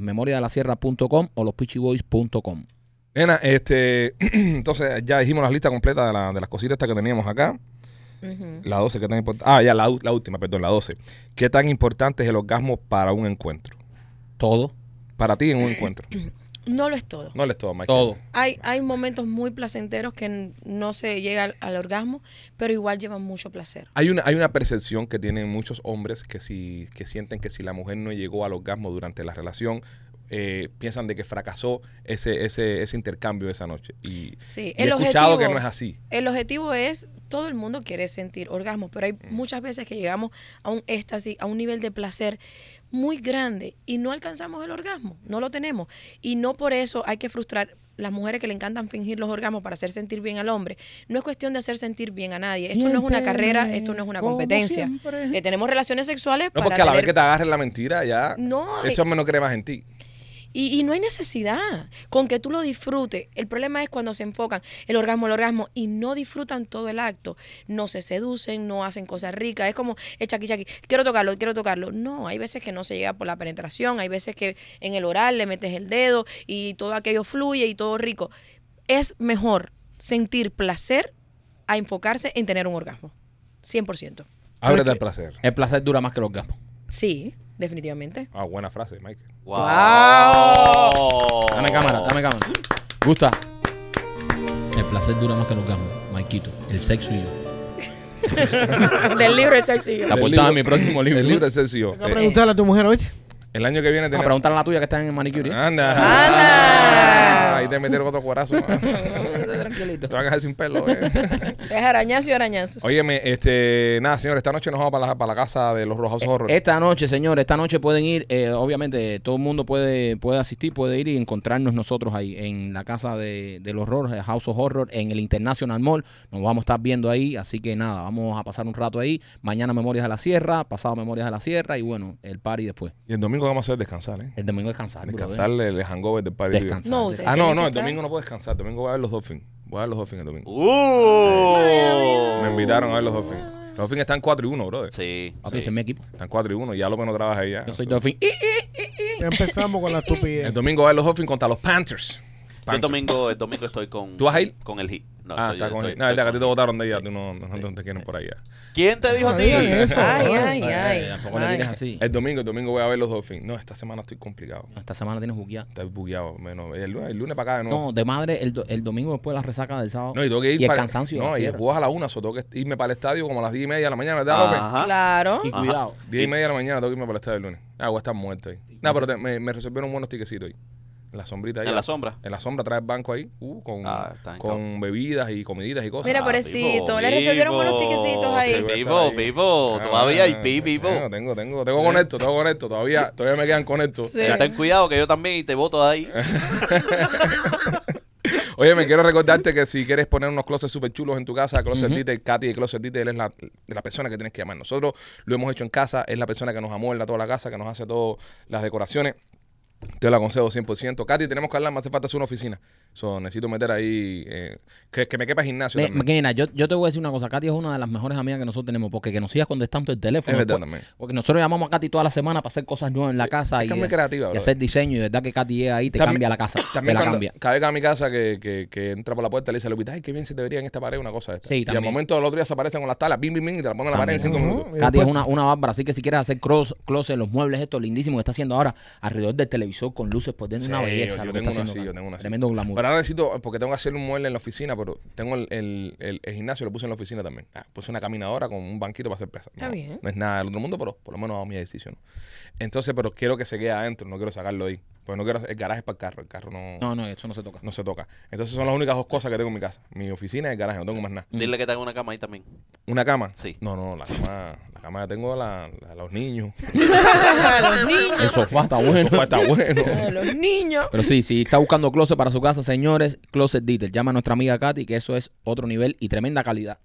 B: memoriadelasierra.com o lospitchyboys.com.
A: Nena, este, entonces ya dijimos la lista completa de, la- de las cositas estas que teníamos acá.
E: Ujú.
A: La 12, ¿qué tan importante? Ah, ya, la, u- la última, perdón, la 12. ¿Qué tan importante es el orgasmo para un encuentro?
B: Todo.
A: Para ti en un encuentro.
E: No lo es todo.
A: No les todo, Mike.
B: Todo.
E: Hay, hay momentos muy placenteros que n- no se llega al, al orgasmo, pero igual llevan mucho placer.
A: Hay una, hay una percepción que tienen muchos hombres que si que sienten que si la mujer no llegó al orgasmo durante la relación, eh, piensan de que fracasó ese, ese, ese intercambio esa noche. Y,
E: Sí,
A: y he escuchado que no es así.
E: El objetivo es, todo el mundo quiere sentir orgasmo, pero hay
A: Mm.
E: muchas veces que llegamos a un éxtasis, a un nivel de placer muy grande y no alcanzamos el orgasmo, no lo tenemos. Y no por eso hay que frustrar las mujeres que le encantan fingir los orgasmos para hacer sentir bien al hombre. No es cuestión de hacer sentir bien a nadie. Esto no es una carrera, esto no es una competencia. Que tenemos relaciones sexuales
A: No,
E: para
A: porque a la vez
E: tener-
A: que te agarren la mentira, ya
E: No, eh.
A: ese hombre no cree más en ti.
E: y, y no hay necesidad. Con que tú lo disfrutes. El problema es cuando se enfocan el orgasmo, el orgasmo, y no disfrutan todo el acto. No se seducen, no hacen cosas ricas. Es como el chaki chaki. Quiero tocarlo, quiero tocarlo. No, hay veces que no se llega por la penetración. Hay veces que en el oral le metes el dedo y todo aquello fluye y todo rico. Es mejor sentir placer a enfocarse en tener un orgasmo. 100%.
A: Ábrete al placer.
B: El placer dura más que el orgasmo.
E: Sí, definitivamente.
A: Ah, buena frase, Mike.
D: Wow.
B: Dame cámara, dame cámara. Gusta. El placer dura más que el orgasmo. Maikito, el sexo y yo.
E: Del libro de sexo y yo.
B: La
A: El
B: portada
A: libro-
B: de mi próximo libro.
A: El libro de Sergio.
C: Voy a preguntarle a tu mujer, oye.
A: el año que viene
B: Ah,
A: tenemos...
B: preguntar a la
A: Ah,
B: tuya que está en el manicure. ¿eh?
A: Anda.
E: Anda.
A: Ahí te metieron otro cuarazo.
B: tranquilito.
A: Te van a dejar sin pelo. eh.
E: Es arañazo y arañazo.
A: Óyeme, este, nada, señores, esta noche nos vamos para la, para la casa de los
D: Eh,
A: Rojas Horror.
B: Esta noche, señores, esta noche pueden ir, eh, obviamente todo el mundo puede, puede asistir, puede ir y encontrarnos nosotros ahí en la casa de, del horror, eh, House of Horror, en el International Mall. Nos vamos a estar viendo ahí, así que nada, vamos a pasar un rato ahí. Mañana Memorias de la Sierra, pasado Memorias de la Sierra y bueno, el party después.
A: Y el domingo vamos a hacer descansar, ¿eh?
B: El domingo
D: Ah,
B: descansar. brother.
A: Descansar el, el hangover del party.
B: Descansar.
E: No,
B: des-
E: ustedes
A: Ah, no,
E: tienen
A: no,
E: que
A: el
E: estar-
A: domingo no puedo descansar. Domingo voy a ver los Dolphins. Voy a ver los Dolphins el domingo.
D: ¡Uh!
A: Me invitaron a ver los Dolphins. Los Dolphins están 4 y 1, brother.
D: Sí.
B: Papi, ese
D: sí.
B: es mi equipo.
A: Están 4 y 1. Ya López no trabaja ahí ya.
B: Yo soy
A: So-
B: Dolphin. ¡Ih!
C: Ya empezamos con la estupidez.
A: El domingo va a ver los Dolphins contra los Panthers.
D: Yo el
A: Panthers.
D: domingo, el domingo estoy con.
A: ¿Tú vas a ir?
D: Con el Heat. No,
A: ah,
D: estoy-
A: está con
D: estoy-
A: No, es
D: estoy
A: que a ti te
D: con-
A: votaron de ella. Tú no, no, no te quieren por allá.
D: ¿Quién te dijo a
C: No
D: ti?
C: digan eso.
E: Ay,
C: brother.
E: ay, ay.
B: Tampoco le
E: ay.
B: tires así.
A: El domingo, el domingo voy a ver los Dolphins. No, esta semana estoy complicado.
B: Esta semana tienes bugueado.
A: Estoy bugueado. Menos. El, lunes, el lunes para acá de nuevo.
B: No, de madre, el, do- el domingo después la resaca del sábado.
A: No, y tengo que ir
B: el
A: para-
B: cansancio. de la
A: No, y
B: sierra.
A: juegas a la una, so tengo que irme para el estadio como a las 10 y media de la mañana, ¿verdad,
B: Ah.
A: López?
D: Ajá.
E: Claro.
B: Y cuidado.
A: 10 y media de la mañana tengo que irme para el estadio el lunes. Ah, voy a estar muerto ahí. No, pero te- me, me resolvieron buenos tiquecitos ahí. En la sombrita ahí.
D: En la sombra.
A: En la sombra trae el banco ahí, uh, con,
D: Ah, está bien.
A: con bebidas y comiditas y cosas.
E: Mira,
A: Ah,
E: pobrecito, le resolvieron unos tiquecitos ahí.
A: voy a estar
D: Pipo,
A: ahí.
D: Pipo,
A: Ah,
D: Oh, todavía hay Eh. Pipo.
A: Tengo, tengo, tengo, tengo conecto, tengo conecto. Todavía, todavía me quedan conectos.
E: Sí.
D: Ten cuidado que yo también y te voto ahí.
A: Oye, me quiero recordarte que si quieres poner unos closets súper chulos en tu casa, Closet Detail, Katy de Closet Detail es la, la persona que tienes que llamar. Nosotros lo hemos hecho en casa, es la persona que nos amuebla toda la casa, que nos hace todas las decoraciones. Te lo aconsejo 100%. Katy, tenemos que hablar, me hace falta hacer una oficina. So, necesito meter ahí, eh, que, que me quepa gimnasio
B: Me-
A: también.
B: Mira, yo, yo te voy a decir una cosa. Katy es una de las mejores amigas que nosotros tenemos porque que nos sigas contestando el teléfono.
A: Es verdad
B: pues,
A: también.
B: Porque nosotros llamamos a Katy toda la semana para hacer cosas nuevas en la
A: Sí,
B: casa
A: es
B: y,
A: que es muy
B: y
A: creativa, brother.
B: hacer diseño. Y verdad que Katy llega ahí y te
A: También-
B: cambia la casa.
A: También
B: te la
A: cuando
B: cambia.
A: cada vez que va a mi casa que, que, que entra por la puerta le dice, Lupita, ay, qué bien se te vería en esta pared una cosa de esta.
B: Sí,
A: y al
B: también.
A: momento del otro día se aparecen con las talas, bim, bim, bim, y te la ponen en la pared en cinco
C: Ujú.
A: minutos.
B: Katy
C: Y después-
B: es una, una bárbara, así que si quieres hacer cross, closet, los muebles, esto lindísimo que está haciendo ahora alrededor del televisor con luces por dentro,
A: Sí,
B: una
A: yo-
B: belleza.
A: Yo,
B: lo que
A: tengo una
B: está haciendo
A: así,
B: Katy.
A: yo tengo una así.
B: Tremendo glamour.
A: Pero ahora necesito, porque tengo que hacer un mueble en la oficina, pero tengo el, el, el- el gimnasio, lo puse en la oficina también. Ah, puse una caminadora con un banquito para hacer pesas.
E: Está
A: no,
E: bien.
A: No es nada del otro mundo, pero por lo menos hago mi decisión. Entonces, pero quiero que se quede adentro, no quiero sacarlo ahí. Porque no quiero, el garaje es para el carro, el carro no, no.
B: No, no, eso no se toca.
A: se toca. Entonces son las únicas dos cosas que tengo en mi casa. Mi oficina y el garaje, no tengo más nada.
D: Dile que te haga una cama ahí también.
A: ¿Una cama?
D: Sí.
A: No, no, la cama, la cama la tengo la, la- los niños.
E: los niños.
B: El sofá está
A: Eso
B: bueno.
A: falta bueno.
E: a los niños.
B: Pero sí, si está buscando closet para su casa, señores, Closet Detail. Llama a nuestra amiga Katy, que eso es otro nivel y tremenda calidad.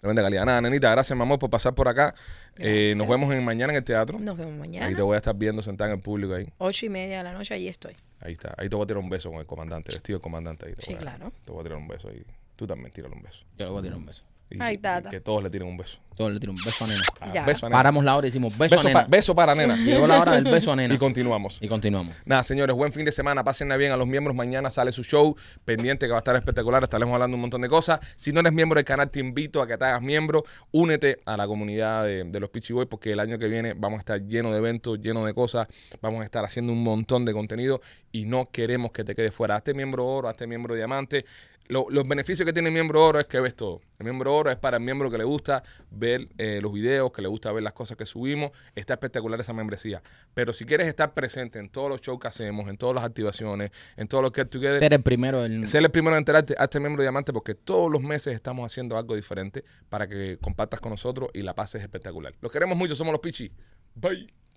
A: Tremenda calidad. Nada, nenita, gracias, mamá, por pasar por acá. Eh, nos
E: Gracias.
A: vemos en, mañana en el teatro.
E: Nos vemos
A: Ahí te
E: mañana.
A: voy a estar viendo sentado en el público ahí.
E: Ocho y media de la noche, allí estoy.
A: Ahí está. Ahí te voy a tirar un beso con el comandante, vestido de comandante. Ahí te
E: Sí,
A: voy a-
E: claro.
A: Te voy a tirar un beso ahí. Tú también tírale un beso.
B: Yo le voy a tirar un beso.
A: Y-
E: Ay,
A: y
E: tata.
A: Que todos le tiren un beso.
B: Todo le tiro un beso a nena.
A: Ah,
E: Ya.
A: Beso a nena.
B: Paramos la hora y decimos beso,
A: beso,
B: a nena.
A: pa- beso para nena.
B: Llegó la hora del beso a nena.
A: Y continuamos.
B: Y continuamos.
A: Nada, señores, buen fin de semana. Pásenla bien a los miembros. Mañana sale su show pendiente que va a estar espectacular. Estaremos hablando un montón de cosas. Si no eres miembro del canal, te invito a que te hagas miembro. Únete a la comunidad de, de los Pichi Boys porque el año que viene vamos a estar lleno de eventos, lleno de cosas. Vamos a estar haciendo un montón de contenido y no queremos que te quedes fuera. Hazte miembro oro, hazte miembro diamante. Lo- los beneficios que tiene el miembro oro es que ves todo. El miembro oro es para el miembro que le gusta ver eh, los videos, que le gusta ver las cosas que subimos. Está espectacular esa membresía. Pero si quieres estar presente en todos los shows que hacemos, en todas las activaciones, en todos los get together,
B: Ser el primero del.
A: ser el primero en enterarte, hazte miembro diamante porque todos los meses estamos haciendo algo diferente para que compartas con nosotros y la pases espectacular. Los queremos mucho, somos los Pichi. Bye.